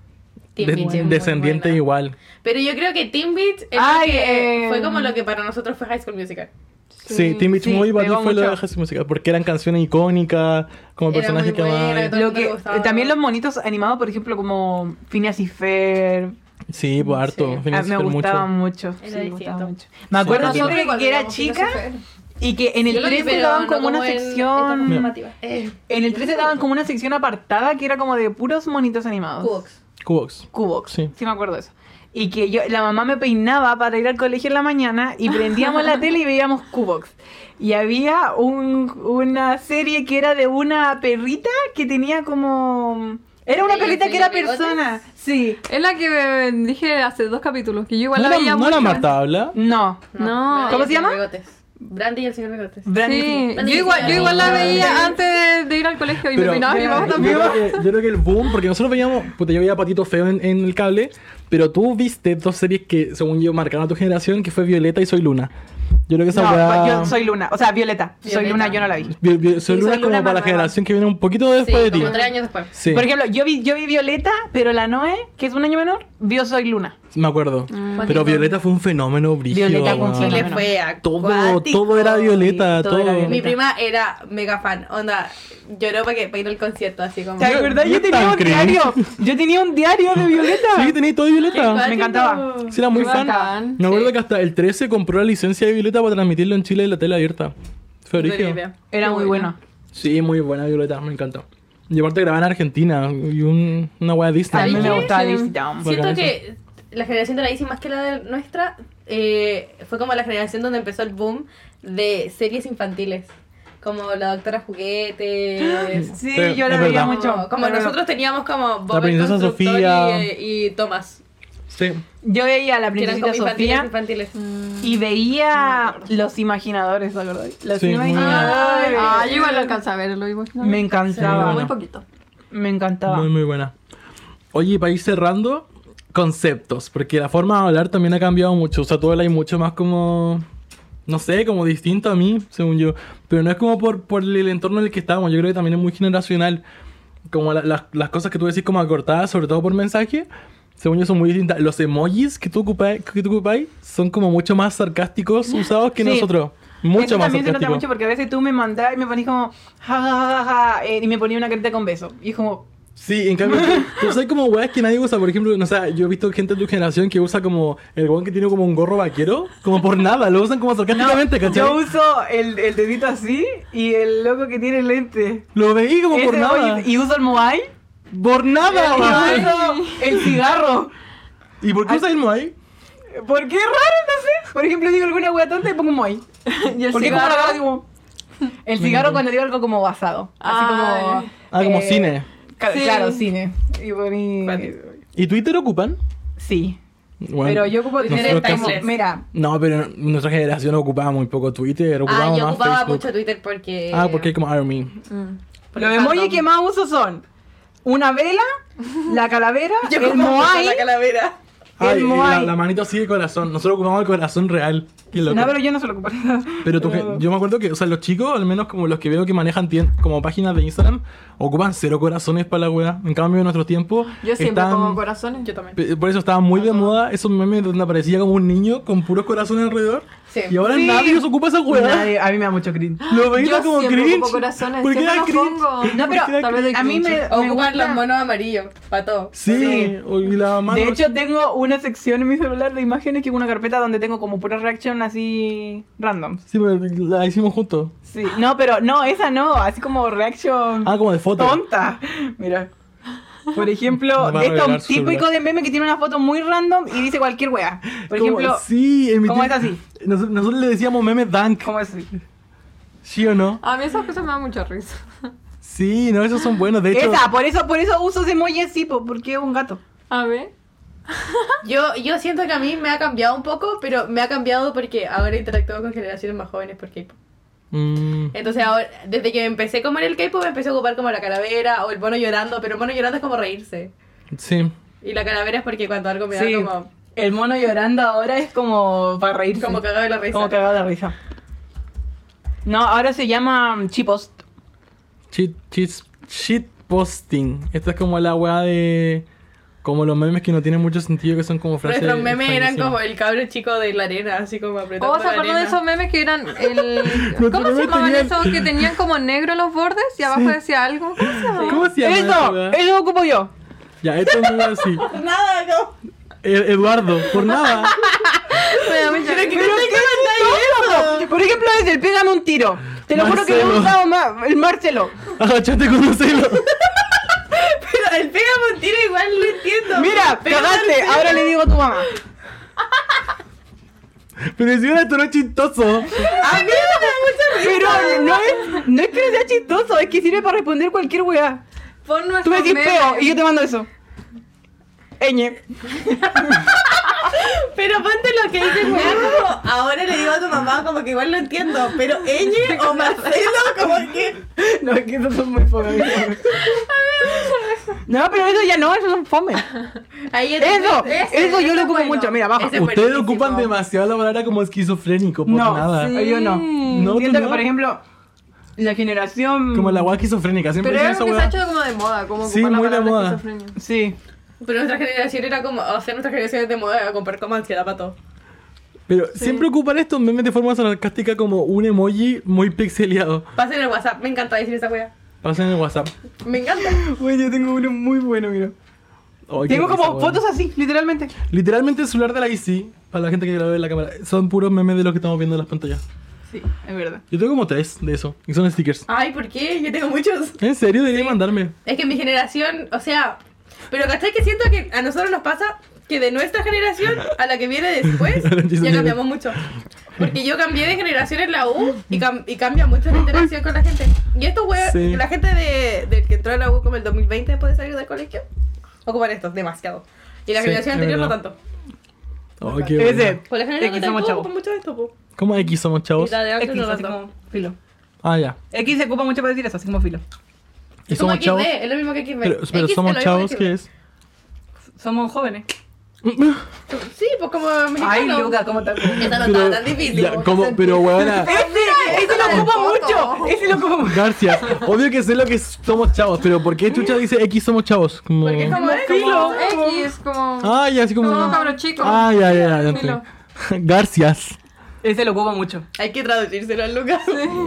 F: Teen
B: De-
F: Beach es muy
B: descendiente
F: buena.
B: igual.
F: Pero yo creo que Teen Beat es lo
D: Ay,
F: que
D: eh,
F: fue como lo que para nosotros fue High School Musical.
B: Sí, Teen Beach
D: sí,
B: Movie para ti
D: pegó
B: fue la
D: mucho.
B: de High School Musical, porque eran canciones icónicas, como
F: Era
B: personajes
F: muy
B: que
F: buena,
B: amaban.
F: todo el
D: Lo
F: mundo le
D: que,
F: gustaba.
D: también los monitos animados, por ejemplo, como Phineas y Ferb.
B: Sí, pues harto.
F: Sí.
B: Phineas
D: Ah, me
B: Ferb
D: gustaba mucho.
F: Era
D: sí, me gustaba
F: distinto.
D: mucho. Me acuerdo
B: Sí.
D: siempre
G: Nosotros
D: que era
G: igual veíamos
D: chica
G: Phineas
D: y que en el
F: Yo lo vi,
D: 13
F: pero
D: daban
F: no
D: como una
F: en-
D: sección.
F: en
B: Mira.
F: formativa. Eh,
D: En el 13 daban como una sección apartada que era como de puros monitos animados.
F: Cubox.
B: Cubox.
D: Cubox.
B: Sí.
D: Sí. me acuerdo de eso. Y que yo, la mamá me peinaba para ir al colegio en la mañana y prendíamos
F: <laughs>
D: la tele y veíamos Cubox. Y había un, una serie que era de una perrita que tenía como... Era una
F: ¿Ella
D: perrita que era
F: tenía bigotes?
D: persona. Sí.
G: Es la que eh, dije hace dos capítulos, que yo igual
B: ¿No
G: la
B: era,
G: veía
B: no
G: mucho.
B: era Marta Habla?
D: No.
G: No.
F: Brandy
D: ¿Cómo
F: y
D: se
F: el
D: llama?
F: señor Bigotes. Brandy y el señor Bigotes.
D: Brandy.
G: Sí,
F: Brandy
G: yo igual, yo igual la
F: Brandy.
G: veía antes de, de ir al colegio y me peinaba mi mamá
B: yo,
G: también.
B: creo que, eh, yo creo que el boom, porque nosotros veíamos, puta, yo veía Patito Feo en, en el cable, pero tú viste dos series que, según yo, marcaron a tu generación, que fue Violeta y Soy Luna. Yo creo que esa
D: No, pues
B: weá-
D: yo soy Luna. O sea, Violeta. Soy
F: Violeta.
D: Luna, yo no la vi.
B: Vi- vi- soy
F: Sí,
B: Luna
F: Soy
B: es como
F: Luna
B: para la
F: más
B: generación que viene un poquito
F: Sí,
B: después de ti.
F: como tres años después.
B: Sí,
D: Por ejemplo, yo vi, yo vi Violeta, pero la Noé, que es un año menor, vio Soy Luna.
B: me acuerdo. Pero Violeta fue un fenómeno brígido.
D: Violeta con
B: weón.
D: Chile
F: Chile
D: no, no.
F: fue
B: Todo,
F: acuático.
B: todo era Violeta,
D: Sí, todo
B: todo.
D: era Violeta.
F: Mi prima era mega fan, onda, lloró para, que, para ir al concierto, así como...
D: ¿Te
B: Yo-
D: acuerdas?
B: yo
D: Yo tenía
B: tan
D: un
B: creí.
D: diario. Yo tenía un diario de Violeta.
B: Sí, tenía todo Violeta.
D: Me encantaba.
B: Sí, era muy
G: Qué
B: fan.
G: bacán.
B: Me acuerdo que hasta el 13 compró la licencia de Violeta para transmitirlo en Chile en la tele abierta. Fue
F: No tenía
B: brígido.
F: idea.
D: Era muy bueno.
B: Sí, muy buena Violeta, me encantó. Y aparte grababa en Argentina y un, una wea Disney.
D: A mí
F: ¿Sabes
D: me
F: qué?
D: gustaba
G: Sí.
D: Lizzie Town.
F: Siento
B: Bacán
F: que la generación de la ICI, más que la de nuestra, eh, fue como la generación donde empezó el boom de series infantiles. Como La Doctora
B: <gasps>
F: Juguetes.
D: Sí,
B: Sí,
D: yo la
B: es
D: veía
B: verdad.
D: mucho.
F: Como, como nosotros teníamos como Bob el
B: princesa
F: Constructor
B: Sofía.
F: Y, y Thomas.
B: Sí.
D: Yo veía a la
F: Que eran
D: princesita
F: como infantiles.
D: Sofía
F: infantiles.
B: Mm.
D: y veía Los Imaginadores, ¿te acordás? Los
B: Sí.
D: Imaginadores.
G: Ah, yo igual lo alcanzé a ver, lo iba
D: Me encantaba.
G: Muy
B: bueno.
G: poquito.
D: Me encantaba.
B: Muy, muy buena. Oye, y para ir cerrando, conceptos. Porque la forma de hablar también ha cambiado mucho. O sea, tú hablas mucho más como. No sé, como distinto a mí, según yo. Pero no es como por, por el entorno en el que estamos. Yo creo que también es muy generacional. Como la- las- las cosas que tú decís como acortadas, sobre todo por mensaje, según yo son muy distintas.
D: <laughs>
B: Los emojis que tú ocupáis, que tú ocupáis son como mucho más sarcásticos usados que
D: Sí.
B: nosotros. Mucho
D: Eso
B: más
D: también se nota
B: sarcástico.
D: mucho porque a veces tú me mandás y me ponís como, ja, ja, ja, ja, ja, eh, y me ponía una carita con beso. Y es como,
B: Sí, en
D: <laughs>
B: cambio, tú, tú sabes como weas que nadie usa, por ejemplo, no sé, yo he visto gente de tu generación que usa como el weón que tiene como un gorro vaquero, como por nada, lo usan como sarcásticamente, ¿cachai?
D: yo uso el, el dedito así y el loco que tiene lente.
B: Lo veí como por
D: Ese
B: nada.
D: hoy- Y uso el Moai.
B: Por nada,
D: Y
B: weón.
D: uso el cigarro.
B: ¿Y por qué usa el Moai?
D: ¿Por qué es raro? No sé. Por ejemplo, digo alguna wea tonta y pongo un Moai.
G: Y el
D: Porque como
G: cigarro.
D: la cara digo, El cigarro cuando digo algo como basado. Así como.
G: Ay.
B: Ah, como
D: eh,
B: cine.
D: ca-
G: Sí.
D: Claro, cine. Y poní.
B: ¿Y Twitter ocupan?
D: Sí.
B: Bueno,
D: Pero yo ocupo
B: nosotros
D: Twitter
B: casi-
D: como. Mira,
B: No, pero nuestra generación ocupaba muy poco Twitter, ocupaba
F: Ah, yo
B: más
F: ocupaba
B: Facebook.
F: mucho Twitter porque.
B: Ah, porque hay como Army.
F: porque
D: los emojis
F: fandom.
D: que más uso son. Una vela, la
G: <laughs>
D: calavera,
F: <laughs> Yo
D: el
F: ocupaba mucho
D: Moai.
F: La calavera.
B: Ay, y la,
D: Moai.
B: la manito así de corazón. Nosotros ocupamos el corazón real. Qué loco.
D: No, pero yo no se lo ocupo.
B: Pero tu gen- yo me acuerdo que, o sea, los chicos, al menos como los que veo que manejan tien- como páginas de Instagram, ocupan cero corazones para la weá. En cambio, en nuestro tiempo,
G: Yo siempre
B: están-
G: pongo corazones. Yo también.
B: pe- Por eso estaba muy de moda esos memes donde aparecía como un niño con puros corazones alrededor.
F: Sí.
B: Y ahora
D: Sí.
B: nadie se ocupa esa weá.
D: Nadie- a mí me da mucho
G: <gasps>
D: cringe.
B: Lo veía
G: Yo
B: como
G: siempre
B: cringe.
G: ocupo corazones,
B: ¿Por qué
G: siempre
B: era
G: los
B: cringe?
G: pongo.
B: ¿Por
D: No,
B: qué era
D: pero
G: tal vez
B: cringe?
D: a mí me, me
F: Ocupan los
D: gusta-
F: monos amarillos, para todo.
B: Sí,
D: Sí.
B: o- y la mano.
D: De hecho, tengo una sección en mi celular de imágenes que es una carpeta donde tengo como pura reacción así randoms.
B: Sí, pero la hicimos juntos.
D: Sí. No, pero no, esa no, así como reacción
B: Ah, como de foto.
D: tonta. <laughs> Mira. Por
B: Nos
D: ejemplo,
B: va a
D: de
B: revelar
D: estos
B: su
D: típico
B: celular.
D: de meme que tiene una foto muy random y dice cualquier wea. Por
B: Como-
D: ejemplo,
B: sí, en mi
D: ¿cómo
B: tiempo-
D: es así?
B: Nos- Nosotros, le decíamos meme dank,
D: ¿cómo así?
B: ¿sí o no?
G: A mí esas cosas me dan mucha risa.
B: Sí, no, esos son buenos. De hecho,
D: Esa, por eso, por eso uso ese emoji así, po, porque es un gato.
G: A ver.
F: Yo, yo siento que a mí me ha cambiado un poco, pero me ha cambiado porque ahora interactúo con generaciones más jóvenes por K-pop.
B: Mm,
F: Entonces ahora, desde que empecé como en el K-pop, empecé a ocupar como la calavera o el mono llorando, pero el mono llorando es como reírse.
B: sí.
F: Y la calavera es porque cuando algo me da como,
D: El mono llorando ahora es como para reírse.
F: como cagado de la risa.
D: Como cagado de risa. No, ahora se llama mm, Chipost.
B: Cheat, cheat, cheat posting. Esta es como la weá de. Como los memes que no tienen mucho sentido, que son como frases.
F: Nuestros memes eran
B: extrañísimas.
F: como el cabro chico de la arena, así como apretando
G: ¿O se
F: la
G: acuerdan de
F: arena.
G: esos memes que eran
B: <laughs>
G: el...
B: Los
G: ¿Cómo se
B: memes
G: llamaban
B: tenían-
G: esos que tenían como negro los bordes y abajo
B: Sí.
G: decía algo? ¿Cómo se llamaba?
B: ¿Cómo se llama? esa
D: Eso,
B: weá?
D: eso ocupo yo.
B: Ya, esto es muy así.
F: Nada, no.
B: E- Eduardo, por nada.
G: Me da mucha risa.
D: ¿Pero qué chistoso. Por ejemplo, es el pégame un tiro. Te lo juro que lo he
B: Marcelo.
D: usado más. El Marcelo.
B: Agachate con un celo.
F: Pero el pega un tiro igual lo entiendo.
D: Mira,
F: Pero-
D: pegaste. Ahora le digo a tu mamá.
B: Pero si era esto no es chistoso.
D: A mí me da mucha Pero no es, no es que no sea chistoso, es que sirve para responder cualquier weá.
G: Pon
D: Tú me
G: nuestros
D: decís
G: memes.
D: peo y yo te mando eso. Eñe.
F: Pero ponte lo que dice el weón, como, ahora le digo a tu mamá, como que igual lo entiendo, pero Eñe <laughs> o Marcelo, como que...
D: <laughs> No, es que esos son muy fome. No, pero eso ya no, eso son <laughs> fome.
F: Ahí es
D: Eso, eso yo lo ocupo
F: como
D: mucho. Mira, baja.
F: Ese-
B: Ustedes
F: buenísimo.
B: ocupan demasiado la palabra como esquizofrénico, por
D: No,
B: nada.
D: sí, yo no.
B: No, tú
D: Siento que,
B: no.
D: por ejemplo, la generación.
B: Como la weá esquizofrénica, siempre
G: Pero
B: dicen
G: era
B: esa
G: algo que se ha
B: weá.
G: hecho como de moda, como
B: Sí,
G: ocupar la
B: muy de
G: palabra
B: moda.
G: esquizofrenia.
D: Sí.
F: Pero nuestra generación era como, o sea, nuestra generación es de moda a comprar como ansiedad para todo.
B: Pero siempre ocupan estos memes de forma sarcástica como un emoji muy pixeleado.
F: Pasen el WhatsApp, me encanta decir esa wea.
B: Pasen en el WhatsApp.
F: Me encanta.
D: Bueno, yo tengo uno muy bueno, mira.
B: Ay, qué
D: Tengo
B: risa,
D: como
B: weón.
D: fotos así, literalmente.
B: Literalmente el celular de la IC, para la gente que grabó en la cámara, son puros memes de los que estamos viendo en las pantallas.
D: Sí, es verdad.
B: Yo tengo como tres de eso, y son stickers.
F: Ay, ¿por qué? Yo tengo muchos.
B: En serio, debería mandarme.
F: Es que mi generación, o sea, pero ¿cachai que siento que a nosotros nos pasa que de nuestra generación a la que viene
B: <laughs>
F: después ya cambiamos mucho? Porque yo cambié de generación en la U y, cam- y cambia mucho la interacción con la gente. Y esto, wea,
B: Sí.
F: la gente de, del que entró a la U como el 2020 después de salir del colegio, ocupan esto, demasiado. Y la
B: Sí,
F: generación
B: es
F: anterior no
B: verdad.
F: tanto.
B: Ay, qué
D: Ese.
B: bueno.
F: Por la
D: Es
F: generación
D: que
F: anterior
D: somos chavos.
F: ocupan mucho esto, po.
B: ¿Cómo X somos
F: Y
B: chavos?
F: la de antes
D: X,
F: no
D: así
F: tanto.
D: como filo.
B: Ah, ya.
D: X se ocupa mucho para decir eso, así como filo.
B: Y
F: Es como
B: somos
F: XD,
B: chavos.
F: es lo mismo que XD.
B: Pero, pero somos
F: X es lo mismo
B: chavos,
F: XD.
B: ¿qué es?
D: Somos jóvenes.
F: Sí, pues como mexicano.
D: <laughs> Ay, Luca, cómo te acuerdas.
F: Esa no
B: Pero-
F: estaba tan difícil.
B: Ya, como, pero weona.
D: Ese, ese lo ocupa mucho. Ese lo ocupa mucho.
B: Garcias, obvio que sé lo que somos chavos, pero ¿por qué Chucha dice X somos chavos? Como...
F: Porque es como
G: Como
F: filo.
G: X, como...
B: Ah. Ay, así como. Ah,
G: Como cabro chico.
B: Ay, ay, ay.
G: Filo.
B: <laughs> Garcias.
D: Ese lo ocupa mucho.
F: Hay que traducírselo a Lucas.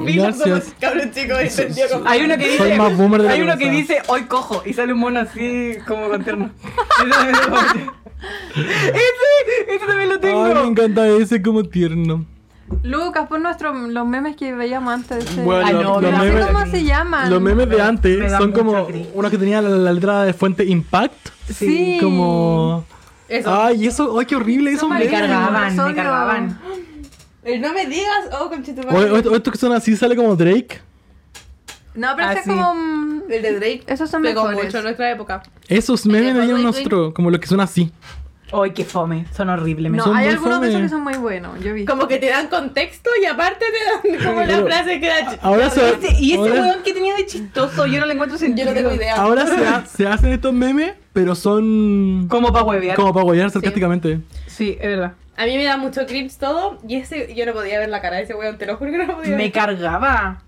B: Gracias.
F: Cabrón chico, entendió como...
D: Hay uno que dice.
B: Soy más boomer de lo
D: hay uno que
B: pensaba.
D: dice hoy cojo y sale un mono así como con terno. <laughs> Ese también lo tengo. ese, ese también lo tengo.
B: Ay, me encanta ese como tierno.
G: Lucas, pon nuestros los memes que veíamos antes. de
B: Bueno,
D: Ay,
B: los-
D: no,
B: los
D: no sé
B: memes,
G: cómo se llaman.
B: Los memes de
D: Me
B: antes
D: da
B: son
D: mucha
B: como
D: cringe.
B: unos que tenían la, la letra de fuente Impact.
G: Sí.
B: Como.
F: Eso.
B: Ay, eso, ay, qué horrible eso,
G: me
D: Me
B: meme.
D: cargaban, me
G: Nosotros.
D: cargaban.
F: Eh, No me digas, oh, conchito.
B: O, o- o estos que son así, sale como Drake.
G: No, pero
D: Ah,
G: ese es
D: sí.
G: como. mm,
F: El de Drake.
G: Esos son
F: Pegó
G: mejores.
F: mucho en nuestra época.
B: Esos
F: de
B: memes me dieron
F: Baldwin.
B: nosotros, como los que son así.
D: Ay, qué fome. Son horribles. me-
G: No,
B: Son
G: hay
B: muy
G: algunos de esos
B: fome.
G: que son muy buenos. Yo vi.
F: Como que te dan contexto y aparte te dan como la
B: Pero-
F: frase que era... ch- "Este
B: Ahora se,
D: Ese- y ese
B: ahora-
D: weón que tenía de chistoso, yo no le encuentro
F: Yo
D: sentido.
F: no tengo idea.
B: ahora se, ha- se hacen estos memes, pero son.
D: Como para huevear.
B: Como para apoyar sarcásticamente.
D: Sí, es verdad.
F: A mí me da mucho cringe todo y ese yo no podía ver la cara de ese weón, te lo juro que no lo podía
D: Me
F: ver.
D: cargaba.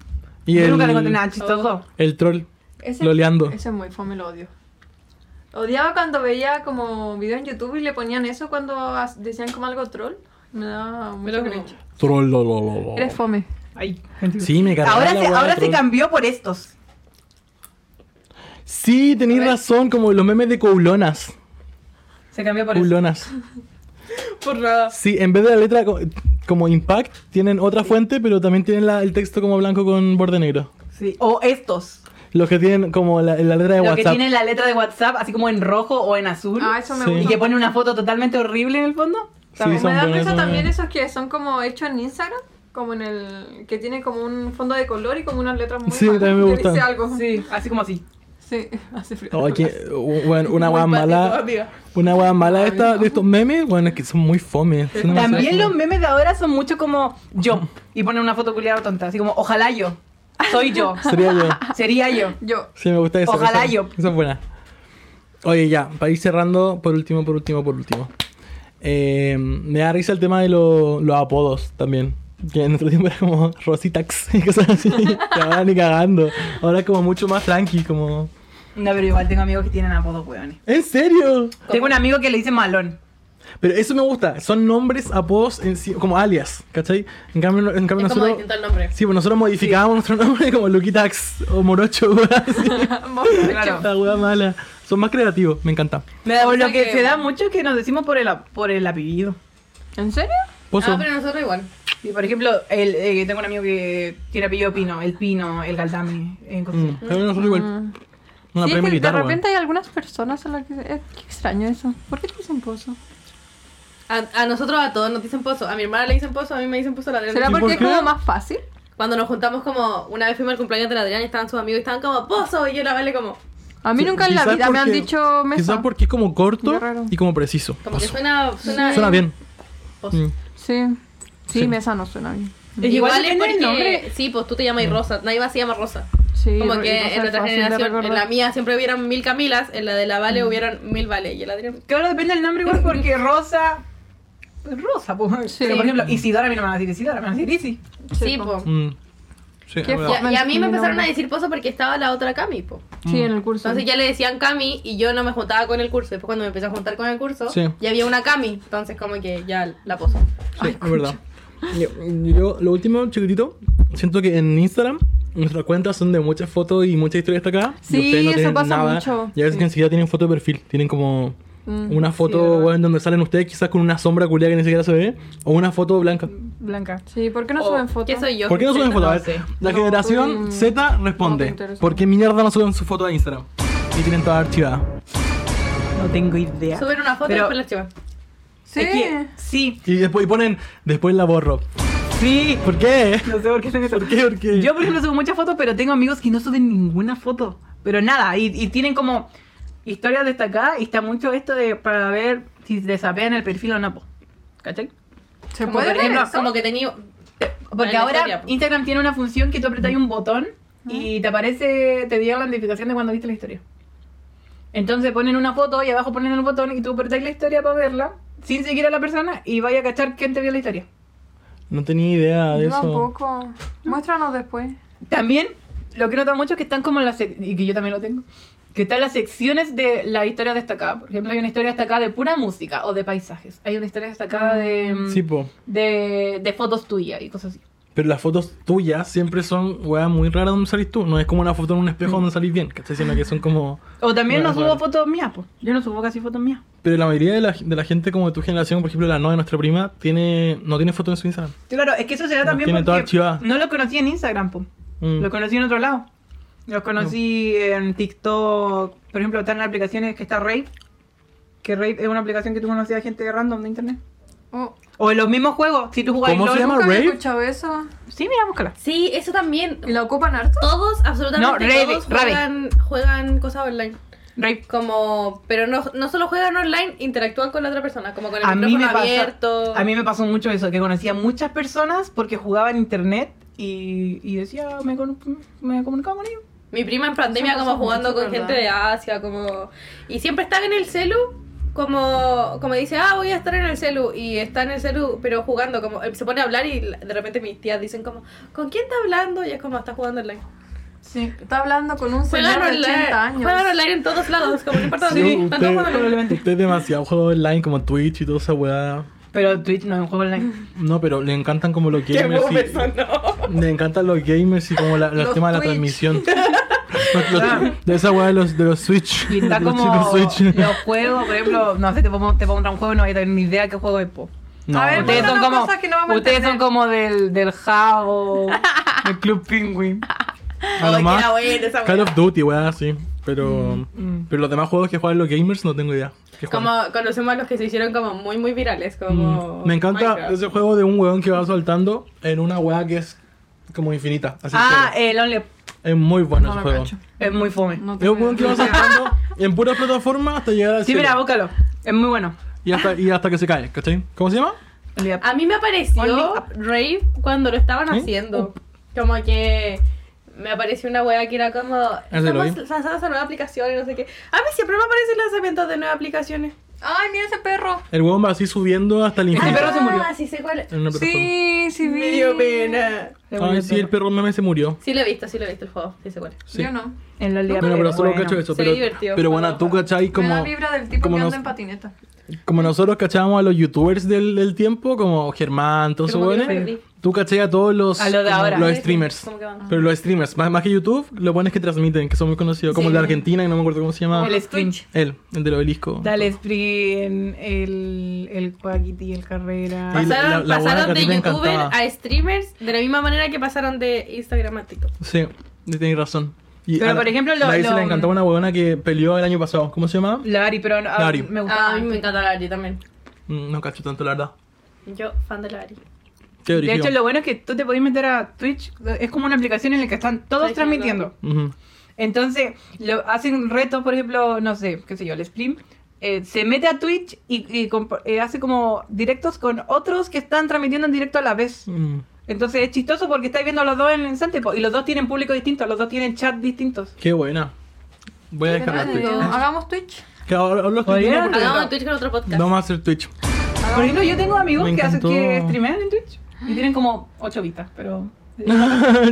B: Y
D: Yo
B: el,
D: nunca le encontré nada chistoso.
B: el troll.
G: Ese,
B: Loleando.
G: Ese es muy fome, lo odio. Odiaba cuando veía como videos en YouTube y le ponían eso cuando as- decían como algo troll. Me daba mucho cringe.
B: Troll, lo, lo, lo, lo.
G: Eres fome.
D: Ay,
B: Oh. Sí, me cargaba la
D: ahora se,
B: weá de
D: ahora se
B: troll.
D: cambió por estos.
B: Sí, tenéis razón, como los memes de coulonas.
D: Se cambió por estos.
B: Coulonas.
F: Por nada.
B: Sí, en vez de la letra co- como impact, tienen otra fuente, pero también tienen la- el texto como blanco con borde negro.
D: Sí. O estos.
B: Los que tienen como la, la letra de
D: Lo que
B: WhatsApp.
D: tiene la letra de WhatsApp, así como en rojo o en azul.
G: Ah, eso me
B: Sí.
G: gusta.
D: y que pone una foto totalmente horrible en el fondo.
B: Sí, son
G: me da
B: buenos
G: risa
B: esos
G: también
B: memes.
G: esos que son como hechos en Instagram, como en el que tiene como un fondo de color y como unas letras muy
B: Sí,
G: malas
B: también me
G: que
B: gustan.
G: dice algo. Sí,
D: Sí, así como así.
G: <laughs> hace frío.
B: Oh, que- bueno, una
F: Muy
B: guada
F: patito,
B: mala.
F: amiga.
B: Una guada mala de, esta- de estos memes, bueno, es que son muy fome. son demasiado
D: También
B: fome.
D: los memes de ahora son mucho como yo. Y ponen una foto culiada tonta, así como ojalá yo. Soy yo.
B: <laughs> Sería yo.
D: <laughs> Sería yo.
G: Yo,
B: Sí, me gusta eso.
D: Ojalá
B: esa,
D: yo.
B: Esa es buena. Oye, ya, para ir cerrando, por último, por último, por último. Eh, me da risa el tema de lo- los apodos también. Que en nuestro tiempo era como <laughs> Rositax y cosas
D: <laughs>
B: así. que ahora ni cagando. Ahora es como mucho más tranqui, como.
D: No, pero igual tengo amigos que tienen apodos, weones.
B: ¿En serio?
D: Tengo un amigo que le dice malón.
B: Pero eso me gusta. Son nombres, apodos, en sí- como alias, ¿cachai? En cambio, en cambio
F: Es como
B: nosotros.
F: distinto el nombre.
B: Sí, pues nosotros modificábamos nuestro nombre como Luquitax o Morocho, <laughs> weón, así.
F: <laughs>
D: Claro.
B: La wea mala. Son más creativos, me encanta.
F: Me da
D: O lo
F: risa
D: que se da mucho es que nos decimos por el, ap- por el apellido.
G: ¿en serio?
B: Pozo.
F: Ah, pero nosotros igual.
D: Y por ejemplo, el, eh, tengo un amigo que tiene apellido Pino, el Pino, el Galdame. eh, cosas
B: Mm,
D: así.
B: pero nosotros igual. Una pre
G: Ah. sí, es que de
B: militar, weón.
G: repente hay algunas personas a las que... eh, qué extraño eso. ¿Por qué te dicen pozo?
F: A, a nosotros a todos nos dicen pozo. A mi hermana le dicen pozo, a mí me dicen pozo la
G: ¿Será
B: ¿Y
F: Adriana.
B: por
G: porque es
B: qué?
G: como más fácil?
F: Cuando nos juntamos como una vez fuimos al cumpleaños de la Adriana y estaban sus amigos y estaban como pozo y yo la vale como
G: A mí
B: Sí,
G: nunca en la
B: quizás
G: vida me han
B: porque-
G: dicho
B: Quizás
G: mesa.
B: porque es como corto
G: Qué raro.
B: y como preciso.
F: como que
B: Pozo.
F: suena suena,
B: Suena bien.
F: Pozo.
B: Mm.
G: Sí. sí,
B: Sí.
G: mesa no suena bien.
D: Es
F: Igual,
D: igual
F: es
D: depende del
F: porque
D: nombre.
F: sí, pues tú te
B: Mm.
F: llamas Rosa, nadie más se llama Rosa.
G: Sí,
F: Como
G: y
F: que
G: Rosa
F: en
G: es
F: nuestra
G: fácil de
F: generación, en
G: recordar. Mm.
F: la mía siempre hubieron mil Camilas, en la de la Vale hubieron mil Vale y en la de Adriana
D: Claro, depende del nombre
G: <laughs>
D: igual porque Rosa... Rosa, pues.
G: Sí.
D: Pero, por ejemplo, Isidora a mí no me van a decir Isidora, me van a decir Isi.
F: Sí,
G: po.
F: po.
B: Mm. Sí,
G: Qué
B: es verdad.
G: fo-
F: Y, y a mí me
G: Mi
F: empezaron
G: nombre.
F: a decir pozo porque estaba la otra Cami, po.
B: Mm.
G: Sí, en el curso.
F: Entonces ya le decían Cami y yo no me juntaba con el curso. Después cuando me empecé a juntar con el curso,
B: Sí.
F: ya había una Cami. Entonces como que ya la pozo.
B: Sí, es verdad. Yo, yo, lo último, chiquitito, siento que en Instagram nuestras cuentas son de muchas fotos y muchas historias destacadas. y
G: Sí,
B: ustedes no
G: eso
B: tienen
G: pasa
B: nada.
G: mucho.
B: Y a veces
G: Sí.
B: que enseguida tienen foto de perfil. Tienen como
G: Mm,
B: una
G: sí,
B: foto
G: ¿verdad?
B: weón, donde salen ustedes quizás con una sombra culiada que ni siquiera se ve o una foto blanca.
D: Blanca.
G: Sí, ¿por qué no
D: Oh,
G: suben fotos?
F: ¿Qué soy yo?
B: ¿Por qué no suben fotos? A ver,
D: sé.
B: La
G: No,
B: generación
G: soy-
B: Z responde.
G: no te interesa.
B: ¿Por qué mierda no suben su foto a Instagram? Y tienen toda archivada.
D: No tengo idea.
F: Suben una foto y
D: Pero-
F: después la chivan.
G: Sí.
D: Es que- sí,
B: Y después y ponen, después la borro.
D: sí.
B: ¿Por qué? <laughs>
D: No sé por qué hacen eso.
B: ¿Por qué? ¿Por qué?
D: Yo, por ejemplo, subo muchas fotos, pero tengo amigos que no suben ninguna foto. Pero nada, y, y tienen como historias destacadas y está mucho esto de para ver si desapean el perfil o no. po. ¿Cachai?
G: ¿Se
F: Como,
G: puede
F: por
G: ver
F: ejemplo,
G: eso?
F: como que tenía...
D: Eh, Porque
F: la
D: ahora
F: historia, po.
D: Instagram tiene una función que tú apretas un botón y te aparece, te llega la notificación de cuando viste la historia. Entonces ponen una foto y abajo ponen el botón y tú apretas la historia para verla sin seguir a la persona y vaya a cachar quién te vio la historia.
B: No tenía idea Ah, de
G: Yo
B: eso.
G: tampoco. Muéstranos después.
D: También, lo que nota mucho es que están como en la sec- y que yo también lo tengo, que están las secciones de la historia destacada. Por ejemplo, hay una historia destacada de pura música o de paisajes. Hay una historia destacada de, mm,
B: Sí, po.
D: de, de fotos tuyas y cosas así.
B: Pero las fotos tuyas siempre son weas muy raras donde salís tú. No es como una foto en un espejo donde salís bien, ¿cachai? Sino que son como.
D: O también
B: Bueno,
D: no subo
B: bueno.
D: fotos mías, pues. Yo no subo casi fotos mías.
B: Pero la mayoría de la, de la gente como de tu generación, por ejemplo, la novia de nuestra prima, tiene no tiene fotos en su Instagram.
D: Claro, es que eso se da
B: Las
D: también
B: tiene todas
D: porque
B: archivadas.
D: no lo conocí en Instagram, pues.
B: Mm.
D: Lo conocí en otro lado. Los conocí en TikTok. Por ejemplo, están las aplicaciones que está Rave. Que Rave es una aplicación que tú conocías gente random de internet.
G: Oh,
D: O en los mismos juegos. Si tú jugabas
B: ¿Cómo
D: LOL-
B: se llama?
G: ¿Nunca había
B: Rave?
G: escuchado eso?
D: Sí, mira, búscala.
F: Sí, eso también.
G: ¿Y la ocupan harto?
F: Todos, absolutamente
D: No, Rave,
F: todos
D: Rave.
F: juegan, juegan cosas online.
D: Rave.
F: Como, pero no, no solo juegan online, interactúan con la otra persona, como con el
D: A mí, me
F: micrófono
D: pasó,
F: abierto.
D: a mí me pasó mucho eso, que conocía muchas personas porque jugaba en internet y, y decía, me, con- me comunicaba con ellos.
F: Mi prima en pandemia
G: Son
F: como
G: cosas
F: jugando
G: mucho,
F: con gente
G: ¿verdad?
F: de Asia, como... Y siempre están en el celu, como, como dice, ah, voy a estar en el celu. Y está en el celu, pero jugando, como... Se pone a hablar y de repente mis tías dicen como, ¿con quién está hablando? Y es como, está jugando online.
G: Sí. Está hablando con un señor
F: Juegan
G: de
F: online,
G: 80 años.
F: juegan online en todos lados, como <laughs> no importa
B: Sí,
F: dónde, están todos
B: usted,
F: jugando online.
B: usted es demasiado juego online como Twitch y toda esa weá.
D: Pero Twitch no es un juego online.
B: No, pero le encantan como los gamers. y- Le encantan los gamers y como la, los,
G: Los
B: temas de la
G: Twitch.
B: transmisión. Los- los- de esa weá de los, de los Switch.
D: Y está
B: de los
D: como
B: chicos Switch.
D: los juegos, por ejemplo, no sé, te pongo, te pongo un juego y no voy a tener ni idea de qué juego es, po.
B: <laughs> No,
G: A ver,
B: pero-
D: Ustedes son
G: Cuéntanos
D: como,
G: cosas que no vamos a
D: ustedes son
G: entender.
D: como del, del Jabo, del Club Penguin.
B: A lo
F: Ay,
B: más,
F: era Oh, buena esa
B: Call
F: weá.
B: of Duty, weá, sí. Pero, pero los demás juegos que juegan los gamers no tengo idea. qué juegan. Mm.
F: Como conocemos a los que se hicieron como muy, muy virales, como...
B: Me encanta
F: Minecraft.
B: ese juego de un weón que va saltando en una weá que es como infinita. Así
D: Ah,
B: es.
D: el Only
B: Es muy bueno
G: No
B: ese
G: lo
B: juego.
G: cacho.
D: es muy fome.
G: No
B: Es
G: tengo
B: un weón que
G: idea.
B: va saltando en puras plataformas hasta llegar al
D: Sí,
B: cielo.
D: mira, búscalo. Es muy bueno.
B: y, hasta, y hasta que se cae, ¿cachai? ¿Cómo se llama?
D: Only Up.
F: A mí me apareció
D: Only
F: Rave cuando lo estaban
B: ¿Eh?
F: haciendo. Como que me apareció una wea que era como.
B: Es de
F: Estamos
B: Eloy.
F: lanzando esa nueva aplicación y no sé qué. A mí siempre me aparecen lanzamientos de nuevas aplicaciones.
G: Ay, mira ese perro.
B: El weón va así subiendo hasta el infinito.
D: perro se murió.
F: Ah, sí sé cuál es.
B: En una plataforma.
G: Sí, sí, vi.
F: pena.
B: Ay, sí, el perro meme se murió.
F: Sí lo he visto, sí lo he visto el juego. Sí sé cuál es.
B: Sí.
G: Yo no.
D: El Only Up
B: Bueno, pero
D: es
B: solo
D: bueno.
B: cacho eso.
F: Se
B: Pero,
F: divirtió.
B: pero bueno, tú cachai
G: Me da
B: como,
G: vibra del tipo
B: como
G: que
B: nos-
G: anda en patineta.
B: como nosotros cachábamos a los youtubers del, del tiempo, como Germán, todos esos
F: Como que no
B: weones.
F: me perdí.
B: Tú cachai a todos los,
D: A lo de
B: como
D: ahora.
B: los
F: Sí, sí,
B: streamers.
F: como que van.
B: Pero los streamers, más, más que YouTube, lo bueno es que transmiten, que son muy conocidos, como el de Argentina, que no me acuerdo cómo se llama.
D: El Twitch.
B: Él, el del obelisco.
D: Dale Sprint, el, el Quackity, el Carrera.
B: Sí, la-
F: Pasaron,
B: la wea que a
F: pasaron
B: ti
F: de
B: te
F: youtuber
B: encantaba.
F: a streamers de la misma manera que pasaron de Instagram a TikTok.
B: Sí, tenéis razón. Y
D: Pero,
B: a la-
D: por ejemplo, lo-
B: la Isi
D: lo-
B: le encantaba una huevona que peleó el año pasado. ¿Cómo se llamaba?
D: Lari, pero no,
B: Lari.
D: me gusta.
F: Ah, a mí me encanta la Ari también.
B: Mm, No cacho tanto, la verdad.
F: Yo, fan de la Ari.
B: Qué
D: de
B: brígido.
D: hecho, lo bueno es que tú te podés meter a Twitch. Es como una aplicación en la que están todos
F: Sí,
D: transmitiendo.
B: Ujú.
D: Entonces, lo, hacen retos, por ejemplo, no sé, qué sé yo, el Splim. eh, se mete a Twitch y, y comp- eh, hace como directos con otros que están transmitiendo en directo a la vez.
B: Mm,
D: Entonces es chistoso porque estáis viendo a los dos en el instante po, y los dos tienen público distinto, los dos tienen chat distintos.
B: Qué buena. Voy a descargar
G: Ay,
B: Twitch.
G: Dios. Hagamos Twitch.
B: Que ahora- ahora lo estoy
D: Oye,
B: viendo porque-
F: Hagamos Ah, Twitch con otro podcast.
B: Vamos a hacer
D: <laughs>
B: Twitch.
D: Por ejemplo, yo tengo amigos
B: Me
D: que, hacen, que
B: encantó.
D: streamean en Twitch y tienen como 8 vistas, pero.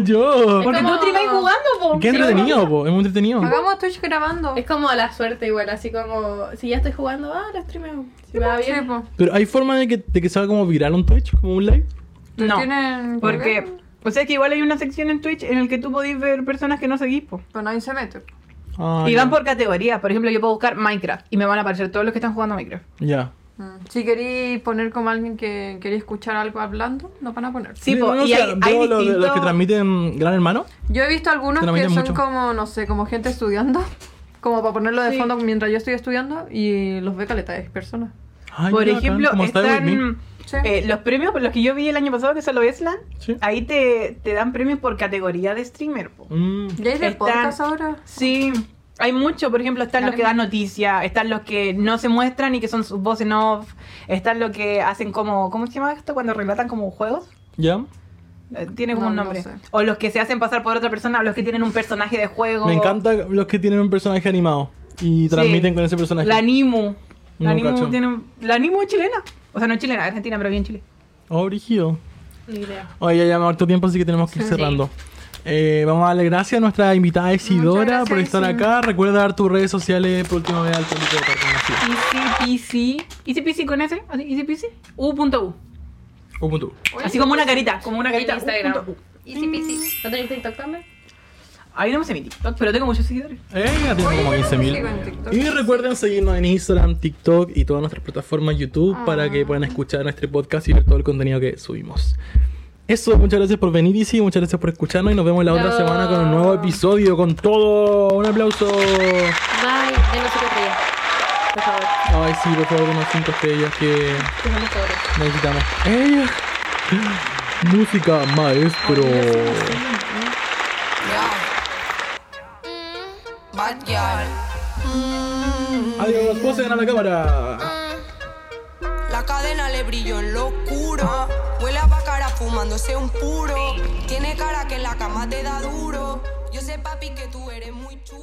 B: Yo.
D: Porque tú
F: como-
D: streamáis jugando, po.
B: Qué
D: Sí,
B: entretenido, po. Es muy entretenido.
G: Hagamos Twitch grabando.
F: Es como la suerte igual, así como si ya estoy jugando, ah, la streameo. Si va
G: Sí, pues.
F: bien.
G: po.
B: Pero hay forma de que, de que salga como viral un Twitch, como un live.
D: No,
G: Tienen...
D: porque. O sea, que igual hay una sección en Twitch en la que tú podéis ver personas que no seguís, po.
G: Pero Pues nadie se mete.
B: Ah,
D: Y
B: ya.
D: van por categorías. Por ejemplo, yo puedo buscar Minecraft y me van a aparecer todos los que están jugando Minecraft.
B: Ya.
G: Mm. Si queréis poner como alguien que quería escuchar algo hablando, nos van a poner.
D: Sí, po,
B: no,
D: y
B: o sea,
D: hay, hay
B: veo lo de- los que
D: distintos-
B: transmiten Gran Hermano.
G: Yo he visto algunos
B: Te la
G: que
B: meten
G: son
B: mucho.
G: como, no sé, como gente estudiando. <laughs> Como para ponerlo de
D: Sí.
G: fondo mientras yo estoy estudiando y los ve caleta de personas.
B: Ay,
D: Por
B: qué bacán,
D: ejemplo,
B: como Stay With Me.
D: están
G: Sí.
D: eh, los premios, por los que yo vi el año pasado, que son los Island,
B: Sí.
D: ahí te, te dan premios por categoría de streamer. po.
B: Mm,
G: ¿Ya hay de
D: están-
G: podcast ahora?
D: Sí, hay mucho, por ejemplo, están los que dan noticias, están los que no se muestran y que son sus voz en off, están los que hacen como, ¿cómo se llama esto? Cuando relatan como juegos.
B: ya.
D: Eh, Tiene como
G: No,
D: un
G: no
D: nombre.
G: sé.
D: O los que se hacen pasar por otra persona, o los que tienen un personaje de juego.
B: Me encanta los que tienen un personaje animado y transmiten con ese personaje.
D: La Nimu. La
B: No,
D: Nimu,
B: cacho.
D: tiene un- la Nimu es chilena. O sea, no es chilena, es argentina, pero bien chile.
B: Oh, brígido.
F: Ni idea.
B: Oye, ya llevamos harto tiempo, así que tenemos que ir cerrando. Eh, vamos a darle gracias a nuestra invitada Isidora
G: gracias,
B: por estar
G: Isi.
B: acá. Recuerda dar tus redes sociales por última vez al público de Parque Nacional.
D: Easy peasy. Easy peasy con ese. así, Easy peasy. U.U.
B: Un punto.
D: Así como una carita. Como una carita.
F: En Instagram.
D: U.U.
F: Easy peasy. ¿No tenéis TikTok también?
D: Ahí no me sé mi TikTok, pero tengo muchos seguidores.
B: Eh, ya tengo como 15.000.
G: sigo en TikTok.
B: Y recuerden seguirnos en Instagram, TikTok y todas nuestras plataformas YouTube
G: Ah.
B: para que puedan escuchar nuestro podcast y ver todo el contenido que subimos. Eso, muchas gracias por venir, Isi, muchas gracias por escucharnos y nos vemos la otra
F: No.
B: semana con un nuevo episodio, con todo. Un aplauso.
F: Bye. Denos cinco estrellas. Por favor.
B: Ay, sí, por favor, unas 5 estrellas que
F: Dejamos favores.
B: necesitamos. ¡Eh! Música maestro.
A: Bad girl.
B: Adiós, posen a la cámara.
A: La cadena le brilló en lo oscuro. Huele a bacara fumándose un puro. Tiene cara que en la cama te da duro. Yo sé, papi, que tú eres muy chulo.